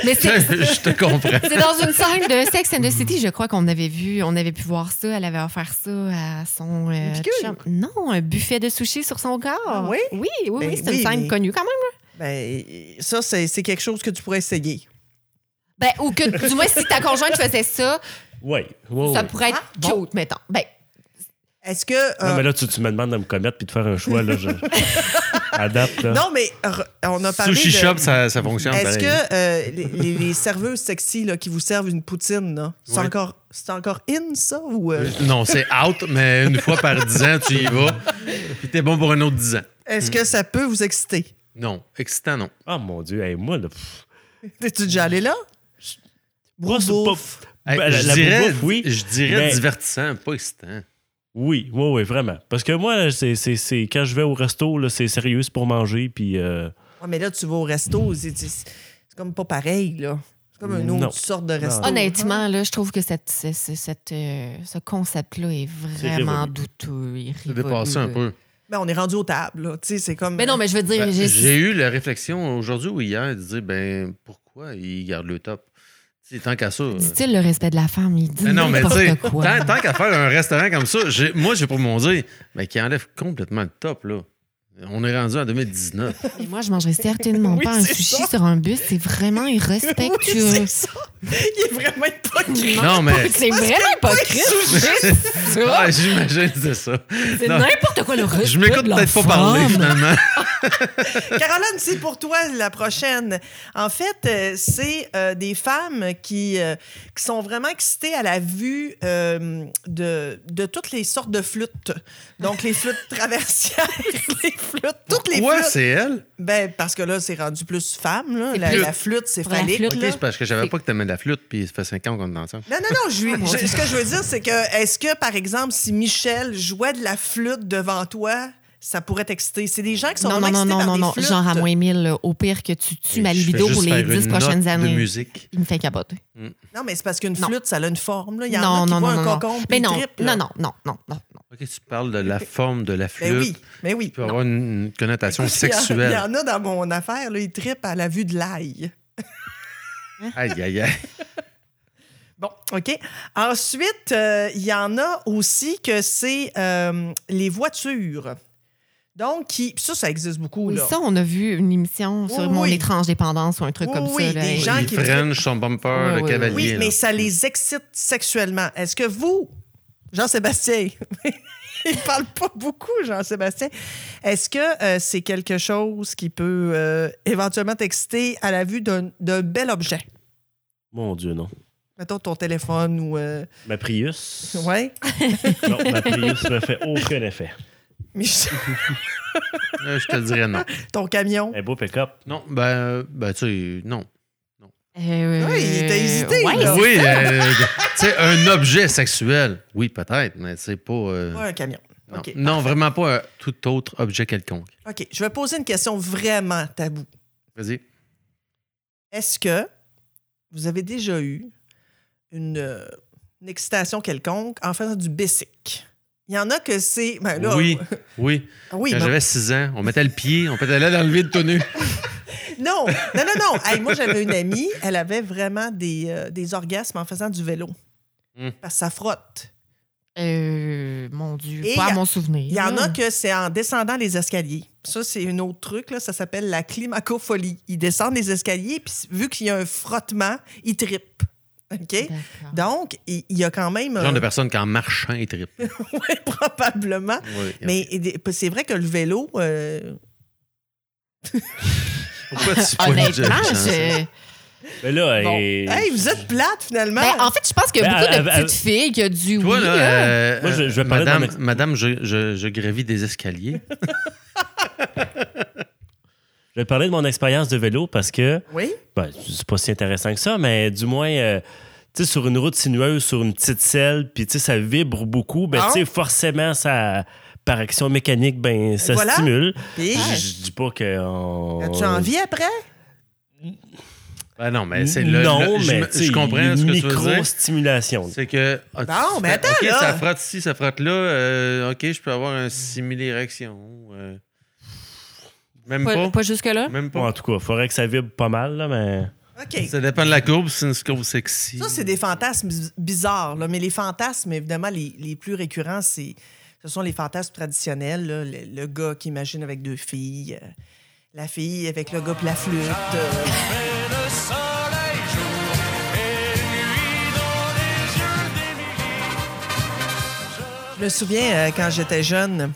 Mais c'est (laughs) je te comprends. c'est dans une scène de Sex and the City, je crois qu'on avait vu, on avait pu voir ça. Elle avait offert ça à son euh, piqûre? chum. Non, un buffet de sushi sur son corps. Ah oui? Oui, oui, oui, Ben c'est oui, une scène mais- connue quand même. Ben, ça, c'est c'est quelque chose que tu pourrais essayer. Ben, ou que du moins si ta conjointe faisait ça, (laughs) Oui. oui, ça oui. pourrait être Ah, bon. cute, mettons. Ben, Est-ce que... Non, euh, mais là, tu, tu me demandes de me commettre puis de faire un choix. (laughs) Là, je... à date, là. non, mais re- on a parlé Sushi de... shop, ça, ça fonctionne. Est-ce pareil. que euh, les, les- les serveuses sexy là, qui vous servent une poutine, là, c'est Ouais. encore, c'est encore in, ça? Ou, euh, Non, c'est out, mais une fois par 10 ans, tu y vas. Puis t'es bon pour un autre 10 ans. Est-ce que ça peut vous exciter? Non. Excitant, non. Ah, mon Dieu. Hey, moi, là. pff. T'es-tu déjà allé là? Moi, c'est Bouffe. pas- Hey, Ben, la- je, la dirais, bouffe, oui. je dirais mais- divertissant, pas excitant. Oui, oui, oui, vraiment. Parce que moi, là, c'est, c'est, c'est- quand je vais au resto, là, c'est sérieux, c'est pour manger. Puis, euh, Ouais, Ah, mais là, tu vas au resto, c'est c'est- c'est comme pas pareil, là. C'est comme une Non. autre sorte de resto. honnêtement, là, je trouve que cette, ce- ce- cette, euh, ce concept-là est vraiment révolu. douteux. et C'est révolu, dépassé un là. peu. Ben, on est rendu aux tables, là. Tu sais, c'est comme... (laughs) Mais non, mais je veux dire, Ben, j'ai- J'ai eu la réflexion aujourd'hui ou hier de dire, ben, pourquoi ils gardent le top? Tu sais, tant qu'à ça. euh, dit-il le respect de la femme, il dit Mais non, mais tu sais, n'importe quoi. tant, tant qu'à faire un restaurant comme ça, j'ai- moi, j'ai pour mon dire, mais qui enlève complètement le top, là. On est rendu en 2019. Mais moi, je mangerais certainement Oui, pas un c'est sushi ça. sur un bus. C'est (laughs) vraiment Oui, irrespectueux. c'est ça. Il est vraiment hypocrite. non, (laughs) mais. c'est vraiment (laughs) hypocrite. Ah, j'imagine, c'est ça. C'est Non. n'importe quoi le respect Je m'écoute de la peut-être pas femme. parler, finalement. Caroline, c'est pour toi la prochaine. En fait, euh, c'est euh, des femmes qui, euh, qui sont vraiment excitées à la vue euh, de, de toutes les sortes de flûtes. Donc, les flûtes (laughs) traversières, les flûtes, toutes les Ouais, flûtes. c'est elle. Ben, parce que là, c'est rendu plus femme. Là. C'est La, plus- la flûte, c'est Pour la phallique. flûte, Ok, là. c'est parce que je savais pas que t'aimais de la flûte, puis ça fait 5 ans qu'on est ensemble. Non, non, non. Je, lui- Ah, (laughs) mon je- Dieu. ce que je veux dire, c'est que est-ce que, par exemple, si Michel jouait de la flûte devant toi, ça pourrait t'exciter? C'est des gens qui sont Non, non, vraiment non, non, excités non, par non. des flûtes. Genre à moins mille, euh, au pire que tu tues ma Je fais libido juste pour les faire 10 une prochaines note de années. musique. Il me fait capoter. Non, mais c'est parce qu'une Non. flûte, ça a une forme. Là. Il y en a Non, qui non, voient non, un non, cocon non. puis Mais ils non, trippent, là. non, non, non, non, non. Ok, tu parles de la forme de la flûte. Ben Mais oui, mais oui. Tu peux avoir une, une (laughs) connotation Il y sexuelle. en a dans mon affaire, là, ils trippent à la vue de l'ail. Aïe, aïe, aïe. Bon, OK. Ensuite, euh, il y en a aussi que c'est euh, les voitures. Donc, qui, ça, ça existe beaucoup. Oui, là. ça, on a vu une émission sur Oui, mon oui. étrange dépendance ou un truc Oui, comme oui, ça. là. des Et- gens Il qui- fringe son bumper Ouais, de ouais, cavalier. Oui, là. mais ça les excite sexuellement. Est-ce que vous, Jean-Sébastien, (laughs) il parle pas beaucoup, Jean-Sébastien, est-ce que euh, c'est quelque chose qui peut euh, éventuellement t'exciter à la vue d'un d'un bel objet? Mon Dieu, non. Mettons ton téléphone ou... euh, Ma Prius. Ouais, (laughs) Non, ma Prius ne fait aucun effet. Michel, Euh, je te dirais non. ton camion. Un beau pick-up. Non, ben, euh, ben tu sais, non. Euh, Oui, il t'a hésité, ouais, là. Oui, euh, tu sais, un objet sexuel. Oui, peut-être, mais c'est pas. euh, Pas un camion. non. OK. Non, vraiment pas un tout autre objet quelconque. OK, je vais poser une question vraiment tabou. Vas-y. Est-ce que vous avez déjà eu une, euh, une excitation quelconque en faisant du basic? Il y en a que c'est. ben là, Oui, oui. Ah (laughs) Oui, Quand non. j'avais 6 ans, on mettait le pied, on pédalait dans le vide (laughs) tout nu. non, non, non, non. Hey, moi, j'avais une amie, elle avait vraiment des, euh, des orgasmes en faisant du vélo. Hmm. Parce que ça frotte. Euh, mon Dieu, Et pas y a- à mon souvenir. Il y en a que c'est en descendant les escaliers. Ça, c'est un autre truc, là, ça s'appelle la climacopholie. Ils descendent les escaliers, puis vu qu'il y a un frottement, ils trippent. OK? D'accord. Donc, il il y a quand même. euh, Le genre de personne qui en marchant est triple. (laughs) Oui, probablement. Oui. Mais c'est vrai que le vélo. euh, Pourquoi tu pognes Honnêtement, Jack Johnson? je... Mais là, bon. hey, Hey, vous êtes plate, finalement. Ben, en fait, je pense qu'il y a Ben, beaucoup de elle- elle- petites filles qui ont du euh, oui. Toi, hein. là, là. euh, Moi, je- je vais parler de madame, mon ex- madame je, je, je gravis des escaliers. je vais te parler de mon expérience de vélo parce que Oui. ben, c'est pas si intéressant que ça, mais du moins, euh, tu sais, sur une route sinueuse, sur une petite selle, puis tu sais, ça vibre beaucoup, ben, Ah. tu sais, forcément, ça, par action mécanique, ben, ça Voilà. stimule. Puis, Je- Je dis pas que. on- as-tu envie après? Ben non, mais c'est le. non, le- je mais me- tu sais, je, comprends une ce que tu veux dire. micro-stimulation. C'est que. ah, Non, tu mais fais, attends, OK, là. ça frotte ci, ça frotte là. euh, OK, je peux avoir un simili-érection. euh, même Pas, pas. pas jusque-là. Même Bon, pas. en tout cas, faudrait que ça vibre pas mal, là, mais. OK. Ça dépend de la courbe, c'est une courbe sexy. Ça, c'est des fantasmes biz- bizarres, là. mais les fantasmes, évidemment, les, les plus récurrents, c'est, ce sont les fantasmes traditionnels. là. Le, le gars qui imagine avec deux filles, euh, la fille avec le gars puis la flûte. euh. Je me souviens, euh, quand j'étais jeune,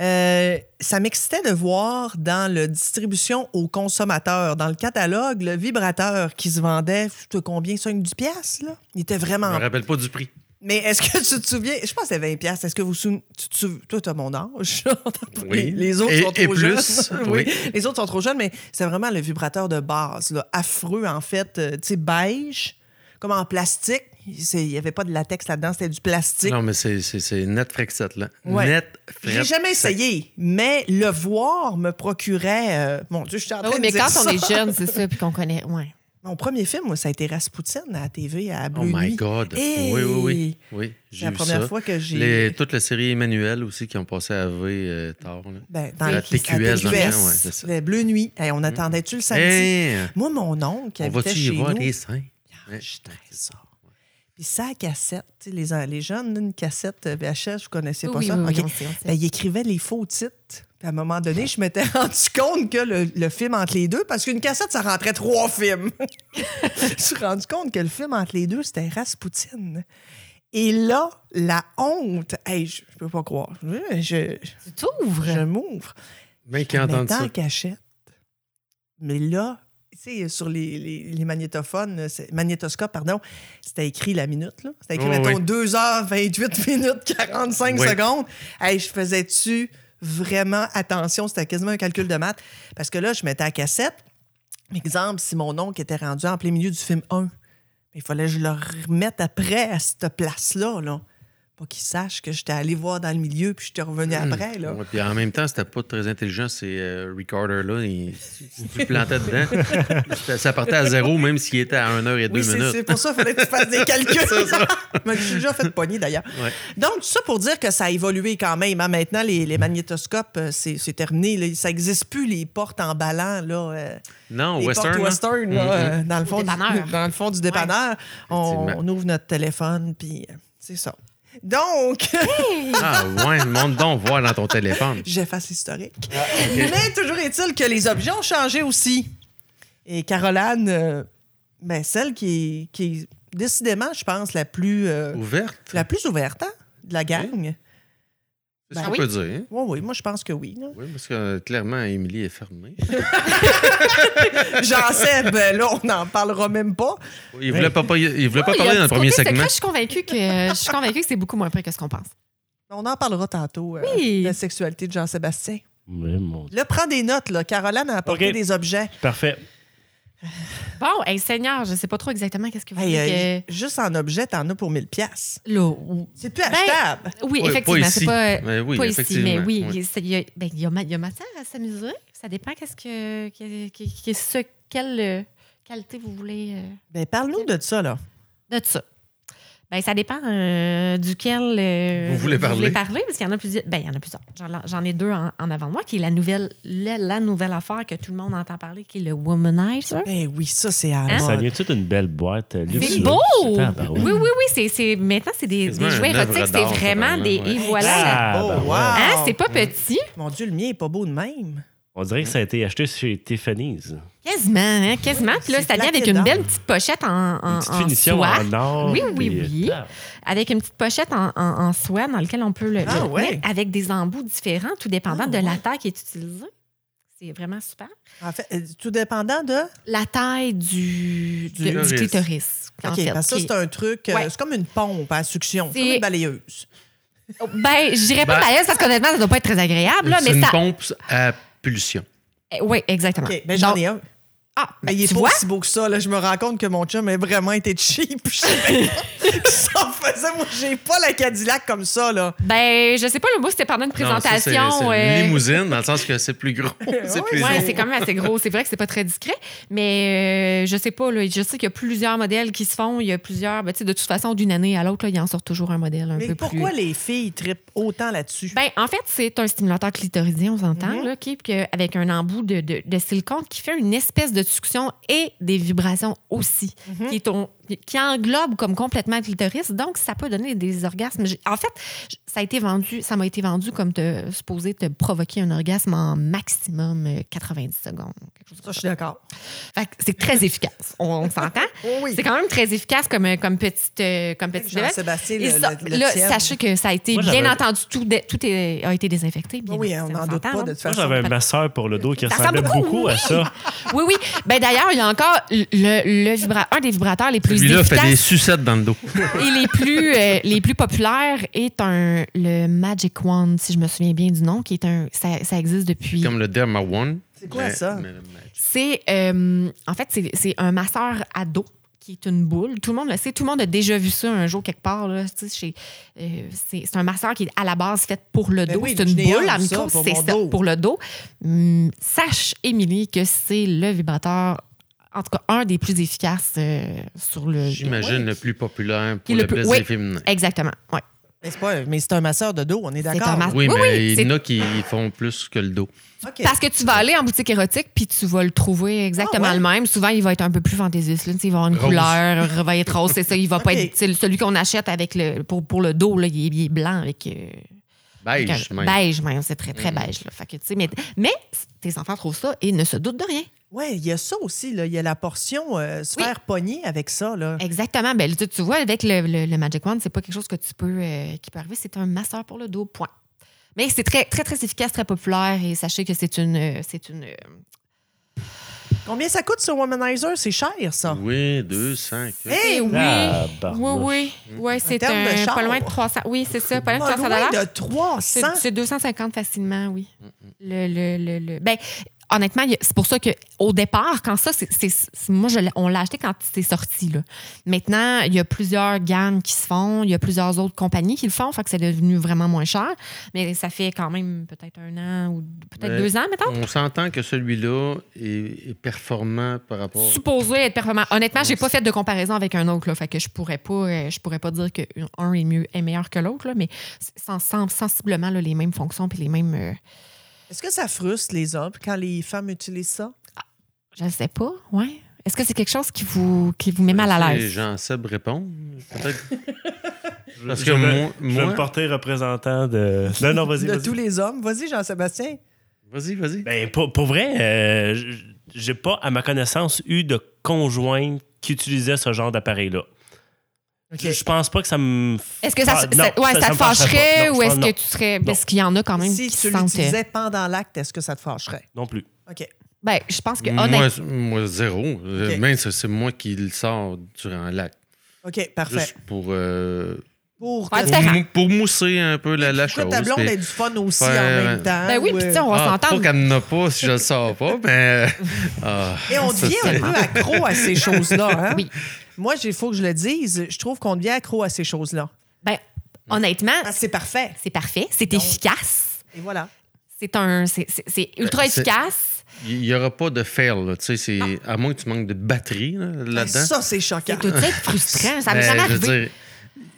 euh, ça m'excitait de voir dans le distribution aux consommateurs, dans le catalogue, le vibrateur qui se vendait, je sais pas combien, 5 10 piastres, là. Il était Je vraiment me rappelle pas du prix. mais est-ce que tu te souviens, je pense que c'est 20 pièces. Est-ce que vous sou- tu te souviens, toi t'as mon âge. (laughs) les, les autres Et- sont trop et plus, jeunes. (laughs) oui. Les autres sont trop jeunes mais c'est vraiment le vibrateur de base là, affreux en fait, euh, tu sais beige comme en plastique, C'est- il y avait pas de latex là-dedans, c'était du plastique. Non, mais c'est- c'est c'est net frexette, là. Ouais. Net J'ai frexette. jamais essayé, mais le voir me procurait. euh, mon Dieu, je suis en train Ah oui, de mais dire quand on ça. est jeune, c'est ça, puis qu'on connaît. Ouais. Mon premier film, moi, ça a été Rasputin à la TV à Bleu Oh my Nuit. God. Hey! Oui, oui, oui. Oui, C'est j'ai la vu première ça. fois que j'ai. Les, toute la série Emmanuel aussi qui ont passé à V euh, tard. Là. Ben, dans les- La TQS, la dans le TQS, fond, ouais, c'est ça. le Bleu Nuit. Hey, on attendait-tu le samedi? Hey, Moi, mon oncle qui Hein? on habitait va-tu chez y voir nous, les seins? il enregistrait ça. Puis ça, à cassette, tu sais, les, les jeunes, une cassette euh, VHS, vous connaissez pas oui, ça? oui, oui, OK. on sait, on sait. Ben, il écrivait les faux titres. Puis à un moment donné, je m'étais (laughs) rendu compte que le, le film entre les deux, parce qu'une cassette, ça rentrait trois films. (laughs) je me suis rendu compte que le film entre les deux, c'était Raspoutine. Et là, la honte, hey, je, je peux pas croire. Je, je, Tu t'ouvres. je m'ouvre. Mais qui Mais entendent dans ça? la cachette. Mais là, tu sais, sur les, les- les magnétophones, c'est- magnétoscopes, pardon, c'était écrit la minute, là. C'était écrit, Oh, Oui, mettons, oui. 2h28 (laughs) minutes 45 Oui. secondes. Hey, je faisais-tu vraiment attention? C'était quasiment un calcul de maths. Parce que là, je mettais à cassette. Exemple, si mon oncle était rendu en plein milieu du film 1, il fallait que je le remette après à cette place-là, là. Pas qu'ils sachent que j'étais allé voir dans le milieu puis j'étais revenu Hmm. après. Là. Ouais, puis en même temps, c'était pas très intelligent, ces euh, recorders-là. Ils- Si tu le (laughs) plantais dedans, ça- ça partait à zéro, même s'il était à 1 heure et 2 Oui, c'est minutes. c'est pour ça qu'il fallait que tu fasses (laughs) des calculs. (laughs) Je me suis déjà fait pogner d'ailleurs. Ouais. Donc, tout ça pour dire que ça a évolué quand même. hein. Maintenant, les, les magnétoscopes, euh, c'est c'est terminé. là. Ça n'existe plus, les portes en ballant. Là, euh, Non, les Oh, Western. hein? portes là. western, là, euh, dans, le fond du, dépanneur. dans le fond du dépanneur. On, Effectivement. on ouvre notre téléphone, puis euh, c'est ça. Donc, (laughs) Ah ouais, monte donc voir dans ton téléphone. j'efface l'historique. Ah, Mais toujours est-il que les objets ont changé aussi. Et Caroline, euh, ben, celle qui est, qui est décidément, je pense, la plus, euh, Ouverte, Ben la plus ouverte hein, de la gang. c'est ce Ben qu'on oui. peut dire. hein? Oui, oui, moi, je pense que oui. là. (laughs) Oui, parce que euh, clairement, Émilie est fermée. J'en sais, ben là, on n'en parlera même pas. Il voulait pas, pas- il voulait pas Oui, Ah, il y a parler dans un le petit premier côté segment. secret, Je suis convaincue que, je suis convaincue que c'est beaucoup moins près que ce qu'on pense. On en parlera tantôt euh, Oui. de la sexualité de Jean-Sébastien. Mais mon Dieu. Là, prends des notes. Là. Caroline a apporté OK. des objets. Parfait. Bon, hey, Seigneur, je sais pas trop exactement qu'est-ce que Ben- vous Hey, voulez euh, juste en objet, t'en as pour 1000 pièces. que- Là, ou- C'est plus achetable. Oui, Ouais, effectivement, pas c'est ici. pas... Mais oui, pas ici, effectivement. mais oui, Ouais. c'est- il y, a- ben, il y a ma- il y a matière à s'amuser. Ça dépend qu'est-ce que, que- que- que- ce, quelle euh, qualité vous voulez euh, Ben, parle-nous de ça, là. de ça. Ben, ça dépend euh, duquel euh, Vous voulez parler. parce qu'il y en a plusieurs. Ben, il y en a plusieurs. J'en, j'en ai deux en, en avant de moi, qui est la nouvelle, la, la nouvelle affaire que tout le monde entend parler, qui est le womanizer. Ben oui, ça, c'est à Hein? Ça mode. vient-tu d'une belle boîte? euh, luxueuse? C'est beau! Tabarouette. Oui, oui, oui. C'est, c'est- maintenant, c'est des, Quasiment des jouets une œuvre érotiques. C'est d'art, ça, vraiment des. vraiment, ouais. Et voilà. Ah, Oh, ben ouais. wow! Hein, c'est pas petit. Mon Dieu, le mien est pas beau de même. On dirait que ça a été acheté chez Tiffany's. Quasiment, hein, quasiment. Puis là, C'est ça vient plaqué avec une d'or. belle petite pochette en, en, Une petite en finition soie. en or. Oui, oui, puis, oui. euh, Avec une petite pochette en, en- en soie dans laquelle on peut le, le Ah, tenir ouais. avec des embouts différents, tout dépendant Ah, de la ouais. taille qui est utilisée. C'est vraiment super. En fait, euh, tout dépendant de... La taille du, Du de- clitoris. du clitoris. en OK, fait, parce que ça, qui- c'est un truc... euh, Ouais. C'est comme une pompe à succion, comme C'est- une balayeuse. Oh, Ben, je dirais pas Ben- malaise parce qu'honnêtement, ça doit pas être très agréable, là, C'est mais une ça. Eh, pompe à pulsion. Oui, exactement. OK, ben j'en Donc- ai un. Ah, ben, Mais il est tu pas vois? si beau que ça. Là. Je me rends compte que mon chum a vraiment été cheap. (laughs) Je savais pas que ça en faisait. Moi, j'ai pas la Cadillac comme ça, là. Ben, je sais pas, le mot, c'était pendant une Non, ça, c'est- présentation. C'est euh, une limousine, dans le sens que c'est (laughs) plus gros. c'est plus Ouais, long. c'est quand même assez gros. C'est vrai que c'est pas très discret, mais euh, je sais pas. Là, je sais qu'il y a plusieurs modèles qui se font. Il y a plusieurs. ben, tu sais, de toute façon, d'une année à l'autre, là, il en sort toujours un modèle un Mais peu pourquoi plus. les filles trippent autant là-dessus? Ben, en fait, c'est un stimulateur clitoridien, on s'entend, Mm-hmm. là, qui- que- avec un embout de, de- de silicone qui fait une espèce de succion et des vibrations aussi, Mm-hmm. qui, est ton- qui englobe comme complètement le clitoris. Donc, ça peut donner des orgasmes. J'ai- En fait, j- ça a été vendu, ça m'a été vendu comme te, supposé te provoquer un orgasme en maximum euh, 90 secondes. quelque chose Ça, je suis d'accord. Fait que c'est très efficace. On, on s'entend. Oh oui. C'est quand même très efficace comme, comme petite, euh, comme petite bébête. Jean-Sébastien, Et le, ça, le- le là, tien. sachez que ça a été Moi, bien j'avais- entendu, tout, dé- tout est- a été désinfecté. bien Oui, on sûr, n'en doute s'entend, pas de là. toute Moi, façon. j'avais ma soeur pour le dos qui Ça ressemblait ressemble beaucoup à ça. Oui, oui. Ben, D'ailleurs, il y a encore le, le vibra- un des vibrateurs les plus Celui-là fait des efficaces sucettes dans le dos. et les plus, euh, les plus populaires est un, le Magic Wand, si je me souviens bien du nom, qui est un. Ça, ça existe depuis. Comme le Derma One. C'est quoi Mais- ça? mais- mais- C'est euh, en fait c'est- c'est un masseur à dos qui est une boule. Tout le monde le sait, tout le monde a déjà vu ça un jour quelque part. là. Tu sais, chez- euh, c'est c'est un masseur qui est à la base fait pour le Ben dos. oui, c'est je une n'ai boule un, ça, en micro, pour c'est mon ça dos. pour le dos. Hum, sache, Émilie, que c'est le vibrateur, en tout cas un des plus efficaces euh, sur le. J'imagine le plus populaire Qui est pour le, le plus- plaisir oui. féminin. Exactement. Ouais. Mais c'est pas- mais c'est un masseur de dos, on est C'est d'accord. un masseur. Oui, Ah, Oui, mais oui, il y en a qui font plus que le dos. OK. Parce que tu vas aller en boutique érotique puis tu vas le trouver exactement Ah ouais? le même. Souvent, il va être un peu plus fantaisiste. Là. Tu sais, Il va avoir une Rose. couleur, il va être rose, c'est ça. Il va pas Ok. être tu sais, celui qu'on achète avec le pour, pour le dos. Là, il, est, il est blanc avec. euh, avec Beige, un- même. beige, même. C'est très, très beige. Là. Fait que, tu sais, mais, mais tes enfants trouvent ça et ne se doutent de rien. Oui, il y a ça aussi. là. Il y a la portion euh, se Oui. faire pogner avec ça. Là. Exactement. Ben, tu, tu vois, avec le, le- le Magic Wand, c'est pas quelque chose que tu peux, euh, qui peut arriver. C'est un masseur pour le dos, point. Mais c'est très, très, très efficace, très populaire et sachez que c'est une, euh, c'est une, euh, Combien ça coûte ce womanizer? C'est cher, ça. Oui, 200. que- Hey, Eh oui. Ah, oui, barnouche. oui. Oui, c'est termes de un, char. pas loin de 300. Oui, c'est ça, pas loin de Pas 300 loin de C'est 300. c'est 250 facilement, oui. Le, le, le, le- Ben, honnêtement, il y a- c'est pour ça que au départ, quand ça, c'est, c'est- c'est- moi, je l'ai- on l'a acheté quand c'est sorti. Là. Maintenant, il y a plusieurs gammes qui se font, il y a plusieurs autres compagnies qui le font, fait que c'est devenu vraiment moins cher. Mais ça fait quand même peut-être un an ou peut-être Mais- deux ans, mettons. On s'entend que celui-là est, est performant par rapport. Supposé être performant. Honnêtement, j'ai pas fait de comparaison avec un autre, là, fait que je pourrais pas, euh, je pourrais pas dire que un est mieux, est meilleur que l'autre, là, mais sans, sans- sensiblement là, les mêmes fonctions puis les mêmes. euh, Est-ce que ça frustre les hommes quand les femmes utilisent ça? je sais pas, ouais. Est-ce que c'est quelque chose qui vous, qui vous met mal à Si l'aise? Jean-Seb répond. Peut-être. Parce (laughs) je que vais- moi. Je vais moi- me porter représentant de. Non, non, vas-y. De vas-y. tous les hommes. Vas-y, Jean-Sébastien. Vas-y, vas-y. Ben, pour, pour vrai, euh, j- j'ai pas, à ma connaissance, eu de conjoint qui utilisait ce genre d'appareil-là. Je- Je pense pas que ça me. Est-ce que ça, Ah, non, ça- ouais, ça, ça te me fâcherait fâcherait pas. Non, ou je est-ce pense- que non. tu serais. Non. Parce qu'il y en a quand même si qui tu se sentent. euh, l'utilisais pendant l'acte, est-ce que ça te fâcherait? Non plus. OK. Ben, je pense Mm. que Moi, honnêtement. z- moi, zéro. Euh, Mince, c'est moi qui le sors durant l'acte. OK, parfait. Juste pour, euh, Pour Ouais, que c'est pour, différent. mou- pour mousser un peu la, la Pour que chose. ta blonde puis- ait du fun aussi Ouais, en ouais. même temps. euh, Ben oui, Ouais. puis tu sais, on va Ah, pas s'entendre. qu'elle n'en a pas si je le (laughs) sors pas, mais. ah, Et on ça, devient c'est- un peu accro à (laughs) ces choses-là. Hein? Oui. Moi, il faut que je le dise, je trouve qu'on devient accro à ces choses-là. Ben, honnêtement, Ah, c'est parfait. c'est parfait, c'est efficace, Et voilà. c'est un, c'est- c'est c'est ultra Ben, c'est- efficace. Il n'y aura pas de fail, là, tu sais, c'est à moins que tu manques de batterie là, là-dedans. Ça, c'est choquant. C'est tout de suite frustrant, Ben, ça m'est Mais, jamais je veux arrivé. dire,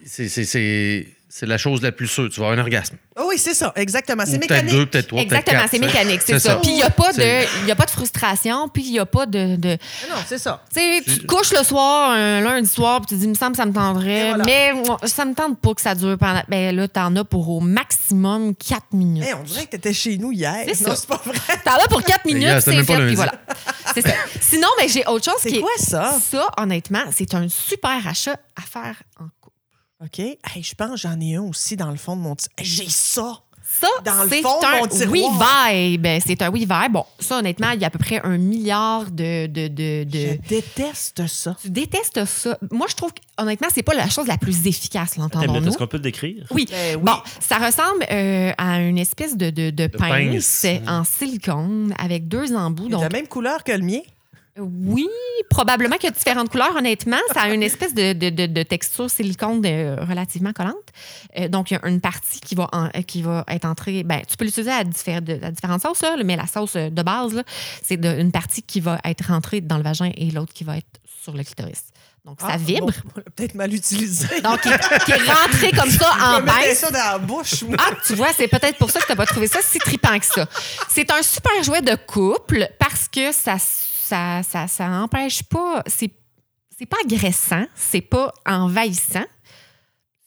c'est- c'est- c'est c'est la chose la plus sûre. Tu vas avoir un orgasme. Ah oui, c'est ça, exactement. C'est Ou Peut-être deux, mécanique. peut-être trois, peut-être Exactement, quatre, c'est tu sais. mécanique, c'est C'est ça. ça. Puis il n'y a, pas C'est- de- il y a pas de frustration, puis il n'y a pas de. de- Ah Non, c'est ça. tu sais, tu te couches le soir, un lundi soir, puis tu te dis, il me semble que ça me Et tendrait, voilà. mais moi, ça me tente pas que ça dure pendant. Ben là, t'en as pour au maximum 4 minutes. Hey, Eh, on dirait que tu étais chez nous hier. C'est non, ça. c'est pas vrai. (laughs) T'en as pour 4 minutes, gars, c'est c'est fait, même pas puis lundi. (laughs) voilà. C'est ça. Sinon, ben, j'ai autre chose qui C'est est... quoi Ah. ça? Ça, honnêtement, c'est un super achat à faire en couple. OK. Hey, je pense que j'en ai un aussi dans le fond de mon tiroir. J'ai ça. Ça, Dans le c'est fond de un mon tiroir. WeVibe. C'est un WeVibe. Bon, ça, honnêtement, il y a à peu près un milliard de... de, de, Je de- déteste ça. Tu détestes ça. Moi, je trouve que, honnêtement, c'est pas la chose la plus efficace, Attends, mais l'entendons-nous. est-ce qu'on peut le décrire? Oui. Ben oui. Bon, ça ressemble euh, à une espèce de, de, de pince, pince. en silicone avec deux embouts. Il est de Donc, euh, la même couleur que le mien. Oui, probablement qu'il y a différentes couleurs, honnêtement. Ça a une espèce de, de- de- de texture silicone de- relativement collante. Euh, donc, il y a une partie qui va, en- euh, qui va être entrée. Ben, tu peux l'utiliser à, diffé- de- à différentes sauces, là, mais la sauce euh, de base, là, c'est de- une partie qui va être rentrée dans le vagin et l'autre qui va être sur le clitoris. Donc, ça Ah, vibre. bon, on l'a peut-être mal utilisé. Donc, qui, qui est rentrée comme ça (laughs) en je me mettais baisse. ça dans la bouche. moi. Ah, tu vois, c'est peut-être pour ça que tu n'as pas trouvé ça si tripant que ça. C'est un super jouet de couple parce que ça ça, ça, ça empêche pas. C'est, c'est pas agressant, c'est pas envahissant.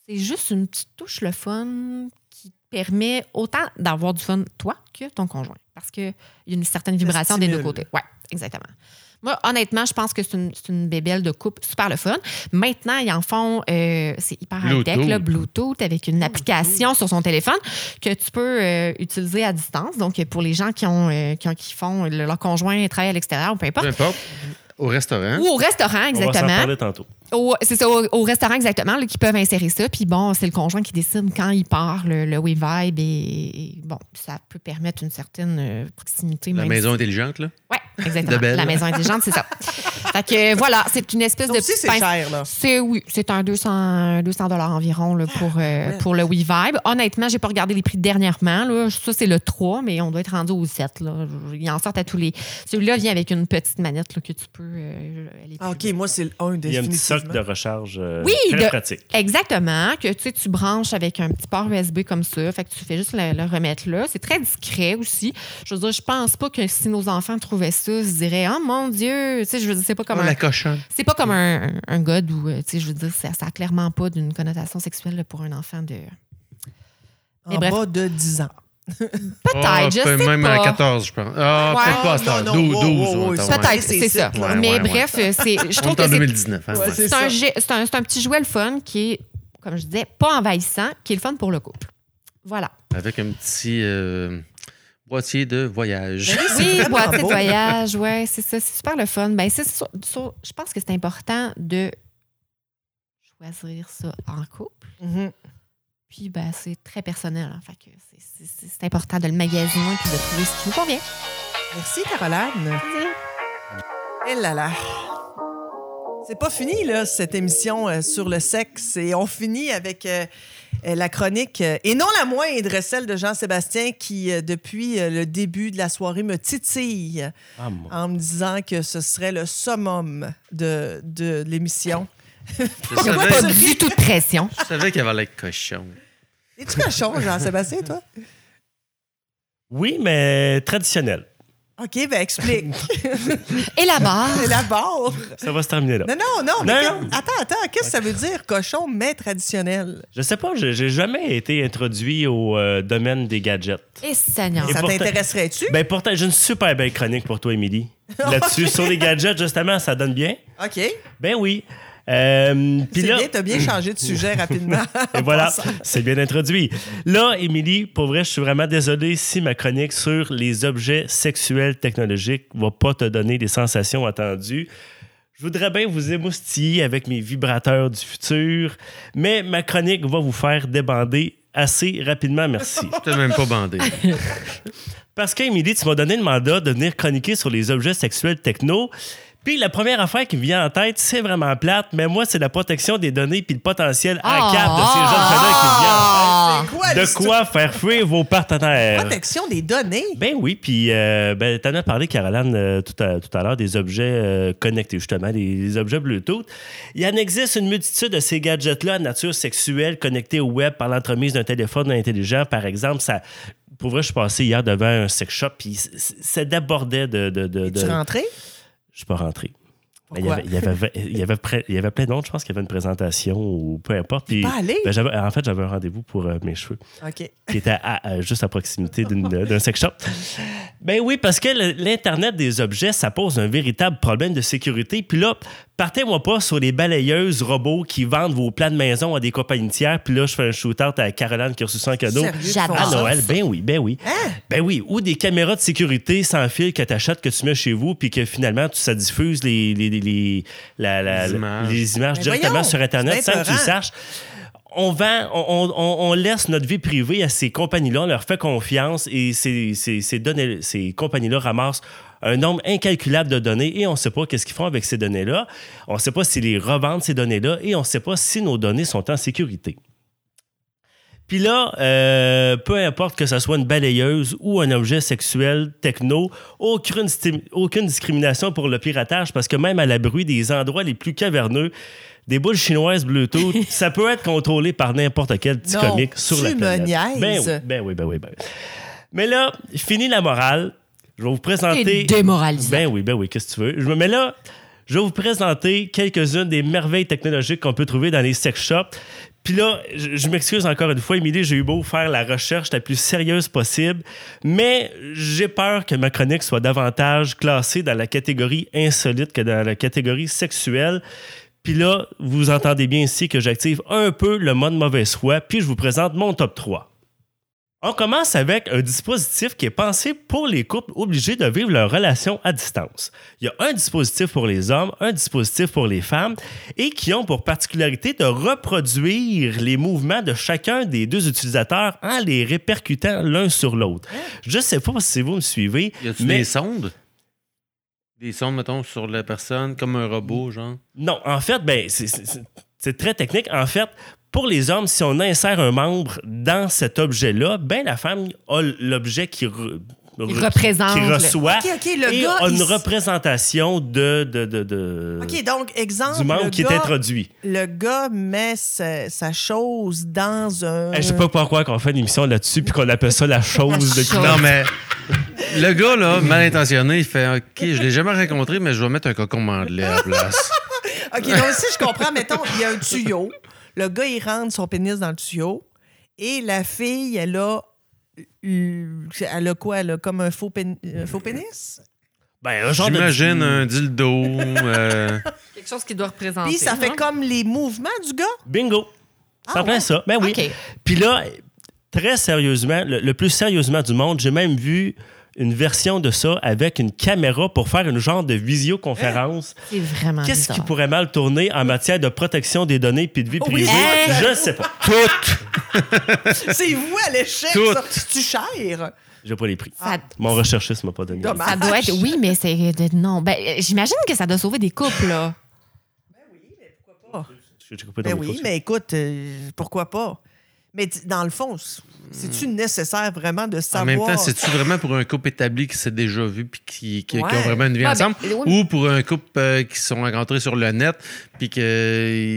C'est juste une petite touche le fun qui permet autant d'avoir du fun toi que ton conjoint. Parce qu'il y a une certaine vibration des deux stimule. côtés. Oui, exactement. Moi, honnêtement, je pense que c'est une, c'est une bébelle de couple super le fun. Maintenant, ils en font, euh, c'est hyper high-tech, Bluetooth. là, Bluetooth, avec une application sur son téléphone que tu peux euh, utiliser à distance. Donc, pour les gens qui, ont, euh, qui, ont- qui font le- leur conjoint travaille à l'extérieur ou peu importe. Peu importe. Au restaurant. Ou au restaurant, On va s'en exactement. parler tantôt. Au- C'est ça, au, au restaurant, exactement, là, qui peuvent insérer ça. Puis bon, c'est le conjoint qui décide quand il part, le, le WeVibe. Et, et bon, ça peut permettre une certaine euh, proximité. La même maison intelligente, là. oui, exactement. De belle. La maison intelligente, c'est ça. fait que euh, voilà, c'est une espèce Ça de aussi, petite c'est pince. cher, là. C'est oui, c'est un 200 200 dollars environ là, pour euh, Ah, ouais. pour le WeVibe. Honnêtement, j'ai pas regardé les prix dernièrement là. ça c'est le 3 mais on doit être rendu au 7 là. Ils en sortent à tous les Celui-là vient avec une petite manette là, que tu peux euh, aller Ah, OK, plus- moi, c'est le 1 Il y a un petit socle définitivement. de recharge euh, Oui, très de- pratique. Exactement, que tu sais, tu branches avec un petit port USB comme ça, fait que tu fais juste le, le remettre là. C'est très discret aussi. Je veux dire, je pense pas que si nos enfants trouvaient ça, ils se diraient oh mon Dieu, tu sais, je veux dire, c'est pas comme Oh, un- la cochonne. c'est pas comme un, un- un god où, euh, tu sais, je veux dire, ça, ça a clairement pas d'une connotation sexuelle là, pour un enfant de. Mais en bref. bas de 10 ans. Peut-être, Ah, je peut- sais même pas. à 14, je pense. Ah, Ouais. peut-être pas à cette heure. 12, oh, oh, 12. on est en- ouais. Peut-être, c'est C'est ça. ça, ouais, Mais ouais, bref, euh, c'est, je On trouve est en que c'est, 2019. hein, Ouais, ouais. c'est c'est un, ça. jet- c'est un- c'est un petit jouet le fun qui est, comme je disais, pas envahissant, qui est le fun pour le couple. Voilà. Avec un petit euh, boîtier de (laughs) voyage. Mais c'est Oui, vraiment boîtier de beau. voyage, ouais, c'est ça, c'est super le fun. Ben, c'est sur- sur- je pense que c'est important de choisir ça en couple. Mhm. Puis, ben, c'est très personnel. hein. Fait que c'est- c'est c'est important de le magasiner puis de trouver ce qui nous convient. Merci, Caroline. Et là là. C'est pas fini, là, cette émission euh, sur le sexe. Et on finit avec euh, euh, la chronique, euh, et non la moindre, celle de Jean-Sébastien qui, euh, depuis euh, le début de la soirée, me titille Ah, mon- en me disant que ce serait le summum de, de l'émission. Je Il y a Pas, Ouais, savais, c'est- du tout de pression. je savais qu'il y avait l'air cochon. Es-tu cochon, Jean-Sébastien, toi? Oui, mais traditionnel. OK, ben (laughs) explique. Et la barre. C'est la barre. Ça va se terminer là. Non, non, non. mais Non, que- non. Attends, attends. Qu'est-ce que ça veut dire, cochon, mais traditionnel? Je sais pas, j'ai j'ai jamais été introduit au euh, domaine des gadgets. Et Seigneur. Et ça pourtant- t'intéresserait-tu? Ben pourtant, j'ai une super belle chronique pour toi, Émilie. Là-dessus, sur les gadgets, justement, ça donne bien. OK. C'est Ben oui. Euh, Puis là, bien, t'as bien changé de sujet (laughs) rapidement. et voilà, c'est bien introduit. Là, Émilie, pour vrai, je suis vraiment désolé si ma chronique sur les objets sexuels technologiques va pas te donner les sensations attendues. Je voudrais bien vous émoustiller avec mes vibrateurs du futur, mais ma chronique va vous faire débander assez rapidement, merci. Je t'ai même pas bandé. Parce qu'Émilie, tu m'as donné le mandat de venir chroniquer sur les objets sexuels techno. Puis la première affaire qui me vient en tête, c'est vraiment plate, mais moi, c'est la protection des données puis le potentiel à cap de ces jeunes femmes qui me viennent en tête. Ah! C'est quoi, De l'histoire? quoi faire fuir vos partenaires. Protection des données. Ben oui, puis euh, ben, t'en as parlé, Caroline, euh, tout à, tout à l'heure, des objets euh, connectés, justement, des, des objets Bluetooth. Il en existe une multitude de ces gadgets-là à nature sexuelle connectés au web par l'entremise d'un téléphone intelligent, par exemple. Ça, pour vrai, je suis passé hier devant un sex shop, puis c- c- ça débordait de... de, de, de- Tu rentré? Je suis pas rentré. Mais Il y, Pourquoi? avait, il, y avait, il, y avait près- il y avait plein d'autres, je pense qu'il y avait une présentation ou peu importe. puis- Pas allé? ben, j'avais- en fait, j'avais un rendez-vous pour euh, mes cheveux OK. qui était à- à- juste à proximité d'une- d'un sex shop. Ben oui, parce que le- l'Internet des objets, ça pose un véritable problème de sécurité. Puis là, partez-moi pas sur les balayeuses robots qui vendent vos plans de maison à des compagnies tiers. Puis là, je fais un shootout à Caroline qui a reçu ça en cadeau. Sérieux, ils J'adore. font À ça? Noël, ben oui, ben oui. Hein? Ben oui, ou des caméras de sécurité sans fil que t'achètes, que tu mets chez vous, puis que finalement, tu- ça diffuse les, les, les- les- la- la- Les images. les images Mais Ben directement voyons, sur Internet c'est sans que tu le épeurant. saches. On vend, on, on- on laisse notre vie privée à ces compagnies-là, on leur fait confiance et ces, ces, ces, données- ces compagnies-là ramassent un nombre incalculable de données et on ne sait pas qu'est-ce qu'ils font avec ces données-là. On ne sait pas s'ils les revendent, ces données-là, et on ne sait pas si nos données sont en sécurité. Puis là, euh, peu importe que ce soit une balayeuse ou un objet sexuel techno, aucune, sti- aucune discrimination pour le piratage parce que même à l'abri des endroits les plus caverneux, des boules (laughs) chinoises Bluetooth, ça peut être contrôlé par n'importe quel petit Non, comique sur tu la me planète. niaises. Ben oui, ben oui, ben oui, ben oui. Mais là, fini la morale. Je vais vous présenter. T'es démoralisé. Ben oui, ben oui, qu'est-ce que tu veux? Je me mets là. Je vais vous présenter quelques-unes des merveilles technologiques qu'on peut trouver dans les sex shops. Puis là, je, je m'excuse encore une fois, Émilie, j'ai eu beau faire la recherche la plus sérieuse possible, mais j'ai peur que ma chronique soit davantage classée dans la catégorie insolite que dans la catégorie sexuelle. Puis là, vous entendez bien ici que j'active un peu le mode mauvaise foi, puis je vous présente mon top 3. On commence avec un dispositif qui est pensé pour les couples obligés de vivre leur relation à distance. Il y a un dispositif pour les hommes, un dispositif pour les femmes, et qui ont pour particularité de reproduire les mouvements de chacun des deux utilisateurs en les répercutant l'un sur l'autre. Je sais pas si vous me suivez, Y a-tu mais des sondes? Des sondes, mettons, sur la personne, comme un (laughs) robot, genre. Non, en fait, ben, c'est- c'est c'est- c'est très technique. En fait, pour les hommes, si on insère un membre dans cet objet-là, ben la femme a l'objet qui, re- re- représente qui le- reçoit OK, OK, le Ah, et gars, a une il s- représentation de, de, de- de- OK, donc, exemple, du membre le, qui est gars, introduit. le gars met sa, sa chose dans un... Hey, Eh, je sais pas pourquoi qu'on fait une émission là-dessus puis qu'on (laughs) appelle ça la chose de chose. Non, mais le gars, là, mal intentionné, il fait OK, je l'ai jamais rencontré, mais je vais mettre un cocon mandelé à la place. OK, donc si je comprends, mettons, il y a un tuyau. Le gars, il rentre son pénis dans le tuyau. Et la fille, elle a... euh, Elle a quoi? Elle a comme un faux, pén- un faux pénis? Ben, un genre de- J'imagine un dildo. euh, Quelque chose qui doit représenter. Puis ça fait comme les mouvements du gars. (laughs) Bingo. Ah, C'est en plein ouais. ça. Ben oui. OK. Puis là, très sérieusement, le, le plus sérieusement du monde, j'ai même vu une version de ça avec une caméra pour faire une genre de visioconférence. Hein? C'est Ah, vraiment Qu'est-ce qui bizarre. pourrait mal tourner en matière de protection des données puis de vie Oui, privée? Hey! Je sais pas. Tout! C'est vous à l'échec, Tout. ça. C'est-tu cher? J'ai pas les prix. Ça, Mon recherchiste m'a pas donné. les prix. Dommage. ça doit être. Oui, mais c'est. de- Non. Ben, euh, j'imagine que ça doit sauver des couples, là. J'ai- j'ai coupé ton Ben micro, oui, ça. mais écoute, euh, pourquoi pas? Mais d- dans le fond, c- c'est-tu nécessaire vraiment de savoir? En même temps, c'est-tu vraiment pour un couple établi qui s'est déjà vu puis qui, qui- qui Ouais. ont vraiment une vie Ah, ben, ensemble? oui, mais- Ou pour un couple euh, qui se sont rencontrés sur le net puis qu'ils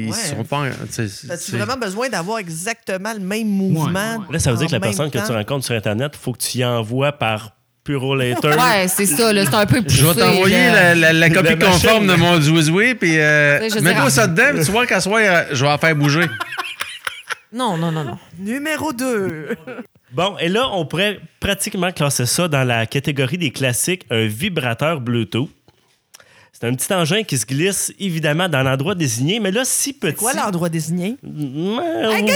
Ouais. sont pas. en- tu sais, As-tu c'est- vraiment besoin d'avoir exactement le même mouvement? Là, ça veut dire en que la même personne que temps? tu rencontres sur Internet, faut que tu y envoies par Puro Later. Ouais, c'est ça, là. C'est un peu poussé. Je vais t'envoyer là. la, la- la copie La machine. conforme de mon Zouizoui, puis Tu euh, sais, je mets-toi dirais- ça dedans, puis tu vois qu'à soir, euh, je vais la faire bouger. Non, non, non, non. Numéro 2. Bon, et là, on pourrait pratiquement classer ça dans la catégorie des classiques, un vibrateur Bluetooth. C'est un petit engin qui se glisse évidemment dans l'endroit désigné, mais là, si petit. Quoi l'endroit désigné? Mm,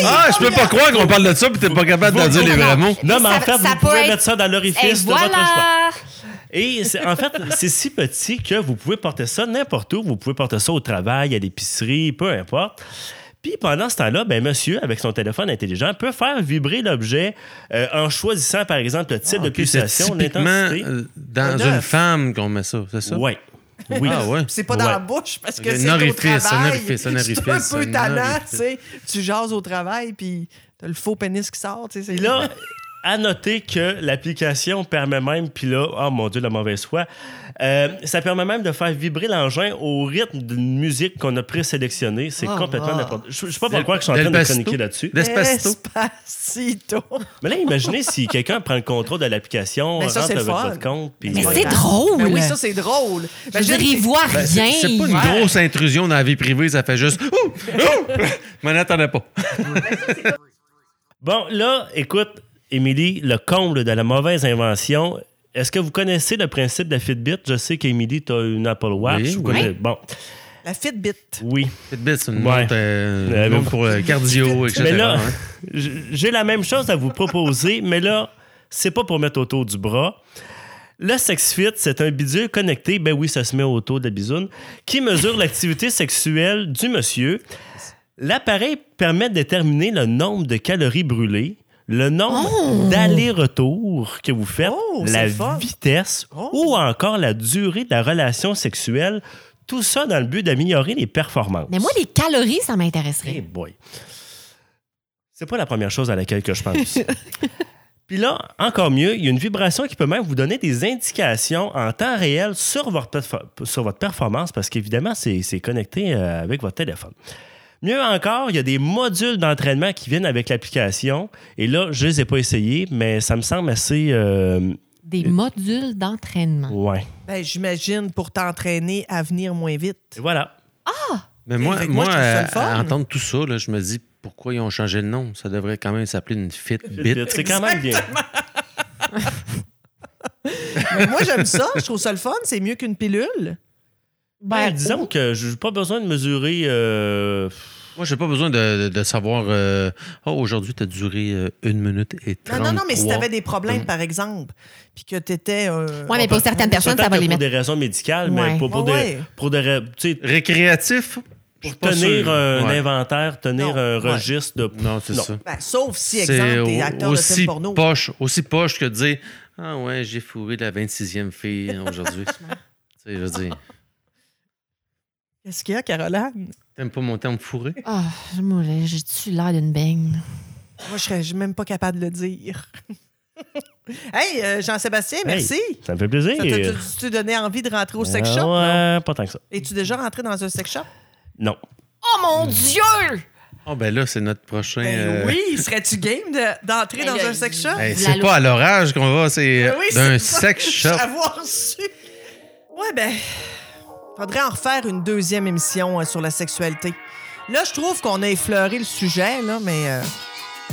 Ah, je peux pas croire qu'on parle de ça, puis t'es pas capable de dire les vrais mots. Non, mais en Ça- fait, ça vous peut pouvez être- mettre ça dans Et l'orifice de votre choix. voilà! Et c'est- en fait, c'est si petit que vous pouvez porter ça n'importe où. Vous pouvez porter ça au travail, à l'épicerie, peu importe. Puis pendant ce temps-là, ben monsieur, avec son téléphone intelligent, peut faire vibrer l'objet euh, en choisissant, par exemple, le type de Puis Ah, c'est pulsation, typiquement l'intensité. euh, Un dans œuf. une femme qu'on met ça, c'est ça? Ouais. Oui. Ah ouais. C'est pas dans Ouais. la bouche parce que Un c'est au orifice, un travail. orifice, (laughs) un C'est un orifice, peu un tannant, orifice. tu sais. Tu jases au travail, puis t'as le faux pénis qui sort, tu sais. c'est- Puis là, à noter que l'application permet même, puis là, oh mon Dieu, la mauvaise foi, euh, ça permet même de faire vibrer l'engin au rythme d'une musique qu'on a présélectionnée. Ah, C'est Oh, complètement wow. n'importe Je je sais pas pourquoi que je suis en train de Despacito. chroniquer là-dessus. Despacito. Despacito. Mais là, imaginez si quelqu'un prend le contrôle de l'application, Ben, ça, rentre c'est avec le fun. votre compte. puis- Mais Ouais. c'est drôle! Ben oui, ça, c'est drôle. Je veux Imagine- dire, il voit rien. Ben, c'est- C'est pas une Ouais. grosse intrusion dans la vie privée, ça fait juste. Ouh! Ouh! M'en attendais pas. Bon, là, écoute, Émilie, le comble de la mauvaise invention. Est-ce que vous connaissez le principe de la Fitbit? Je sais qu'Émilie, tu as une Apple Watch. Oui, Vous oui. connaissez- Bon, La Fitbit. oui. Fitbit, c'est une Ouais. montre, euh, une Euh, montre pour (laughs) le cardio, etc. Mais là, hein. j- j'ai la même chose à vous proposer, mais là, c'est pas pour mettre autour du bras. Le SexFit, c'est un bidule connecté, ben oui, ça se met autour de la bisoune, qui mesure l'activité sexuelle du monsieur. L'appareil permet de déterminer le nombre de calories brûlées, le nombre d'allers-retours que vous faites, Oh, c'est la le fun. vitesse Oh. ou encore la durée de la relation sexuelle. Tout ça dans le but d'améliorer les performances. Mais moi, les calories, ça Hey m'intéresserait. boy. C'est pas la première chose à laquelle que je (laughs) pense. Puis là, encore mieux, il y a une vibration qui peut même vous donner des indications en temps réel sur votre, perfo- sur votre performance parce qu'évidemment, c'est c'est connecté euh, avec votre téléphone. Mieux encore, il y a des modules d'entraînement qui viennent avec l'application. Et là, je les ai pas essayés, mais ça me semble assez... euh, Des modules d'entraînement. ouais. Ben, j'imagine pour t'entraîner à venir moins vite. (laughs) Et voilà. Mais moi, Fait que moi, moi, je trouve ça le à- fun. à entendre tout ça, là, je me dis pourquoi ils ont changé le nom. Ça devrait quand même s'appeler une Fitbit. C'est quand même bien. Mais moi, j'aime ça. Je trouve ça le fun. C'est mieux qu'une pilule. Ben, disons que je n'ai pas besoin de mesurer... euh, Moi, j'ai pas besoin de, de- de savoir. euh, oh, aujourd'hui, t'as duré euh, une minute et Non, 33. non, non, mais si t'avais des problèmes, par exemple, puis que t'étais... euh, Ouais, mais pour certaines personnes, Peut-être ça va que les pour mettre. des raisons médicales, Ouais. mais pas pour Ouais, des, ouais. pour des ra- tu sais, Récréatif? Je suis pour pas tenir sûr. un Ouais. inventaire, tenir Non. un Ouais. registre de. euh, Non, c'est ça. ben, sauf si, C'est exemple, t'es au- acteur de film aussi porno. poche, aussi poche que de dire Ah ouais, j'ai fourré la 26e fille (laughs) aujourd'hui. tu sais, je veux dire, Qu'est-ce qu'il y a, Caroline? t'aimes pas mon terme fourré? Ah, je me- j'ai-tu l'air d'une beigne? Moi, je serais je suis même pas capable de le dire. (laughs) hey, euh, Jean-Sébastien, merci. Ça me fait plaisir. Ça t'a tu donné envie de rentrer au sex Ah shop? non? Ouais, pas tant que ça. Es-tu déjà rentré dans un sex shop? Non. Oh mon Dieu! Oh, ben là, c'est notre prochain. Ben euh, oui, serais-tu game de- d'entrer Ben dans là, un sex shop? hey, La c'est loi- pas à l'orage qu'on va, c'est euh, Ben Oui, c'est d'un ça. sex shop. Avoir su. Ouais, ben. Faudrait en refaire une deuxième émission euh, sur la sexualité. Là, je trouve qu'on a effleuré le sujet, là, mais. (laughs) euh,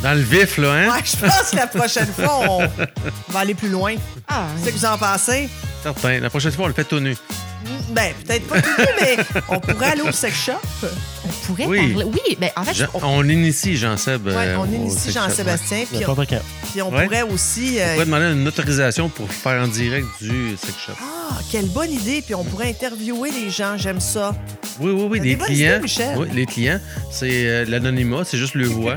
Dans le vif, là, hein? ouais, je pense que la prochaine fois, on on va aller plus loin. Ah, C'est ce que vous en pensez? Certain. La prochaine fois, on le fait tout nu. Mm, Ben, peut-être pas tout nu, mais on pourrait aller au sex shop. Ben, on pourrait Oui. parler. Oui, ben, en fait, Jean- on initie Jean-Seb. Ouais, euh, on au initie sex shop, Jean-Sébastien, puis on, N'importe quand. puis on Ouais. pourrait aussi. ouais. On euh, pourrait demander une autorisation pour faire en direct du sex shop. ah, quelle bonne idée! Puis on pourrait interviewer les gens, j'aime ça. Oui, oui, oui, T'as des les bonnes clients. idées, Michel. oui, les clients, c'est euh, l'anonymat, c'est juste le voix.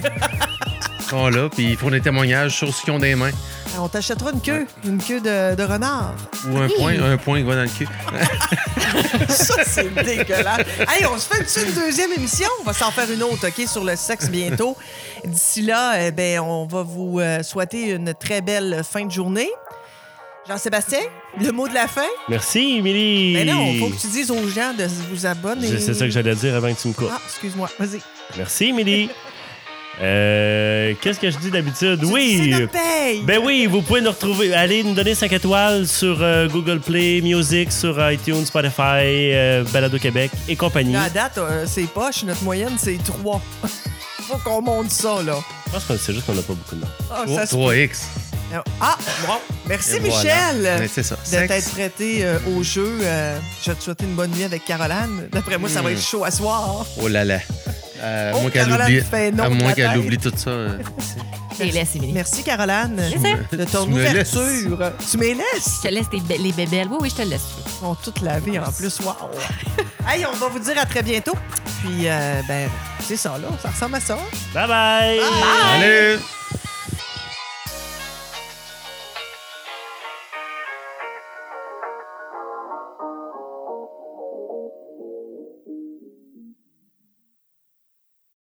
Ils sont là, puis ils font des témoignages sur ce qu'ils ont des mains. On t'achètera une queue, une queue de, de renard. Ou un point, un point qui va dans le cul. Ah, Ça, c'est dégueulasse. Hey, on se fait dessus une deuxième émission. On va s'en faire une autre, OK, sur le sexe bientôt. D'ici là, eh ben, on va vous euh, souhaiter une très belle fin de journée. Jean-Sébastien, le mot de la fin? Merci, Émilie. Mais non, faut que tu dises aux gens de vous abonner. C'est c'est ça que j'allais dire avant que tu me coupes. Ah, excuse-moi. Vas-y. (laughs) Merci, Émilie. Euh, Qu'est-ce que je dis d'habitude? C'est Oui! notre paye. Ben oui, vous pouvez nous retrouver. Allez nous donner 5 étoiles sur euh, Google Play, Music, sur euh, iTunes, Spotify, euh, Balado Québec et compagnie. Là, à date, euh, c'est poche. Notre moyenne, c'est 3. (laughs) Faut qu'on monte ça, là. Je pense que c'est juste qu'on n'a pas beaucoup de monde. Ah, Oh, ça se- 3X. Ah, bon. Merci, Et Michel. voilà. Mais C'est ça. de Sexe. t'être prêté euh, au jeu. Euh, je vais te souhaiter une bonne nuit avec Caroline. D'après moi, ça va être chaud à soir. Oh là là. Euh, à Oh, moins qu'elle Caroline oublie, fait non à de moins la qu'elle tête. oublie tout ça. euh. Je les laisse, Émilie. Merci, Caroline, Merci. de ton Tu me laisses. ouverture. Tu me laisses? Je te laisse tes bé- les bébelles. Oui, oui, je te le laisse. Ils sont toutes lavées en plus. Wow! hey, on va vous dire à très bientôt. Puis, euh, ben, c'est ça, là. Ça ressemble à ça. Bye! bye. Allez!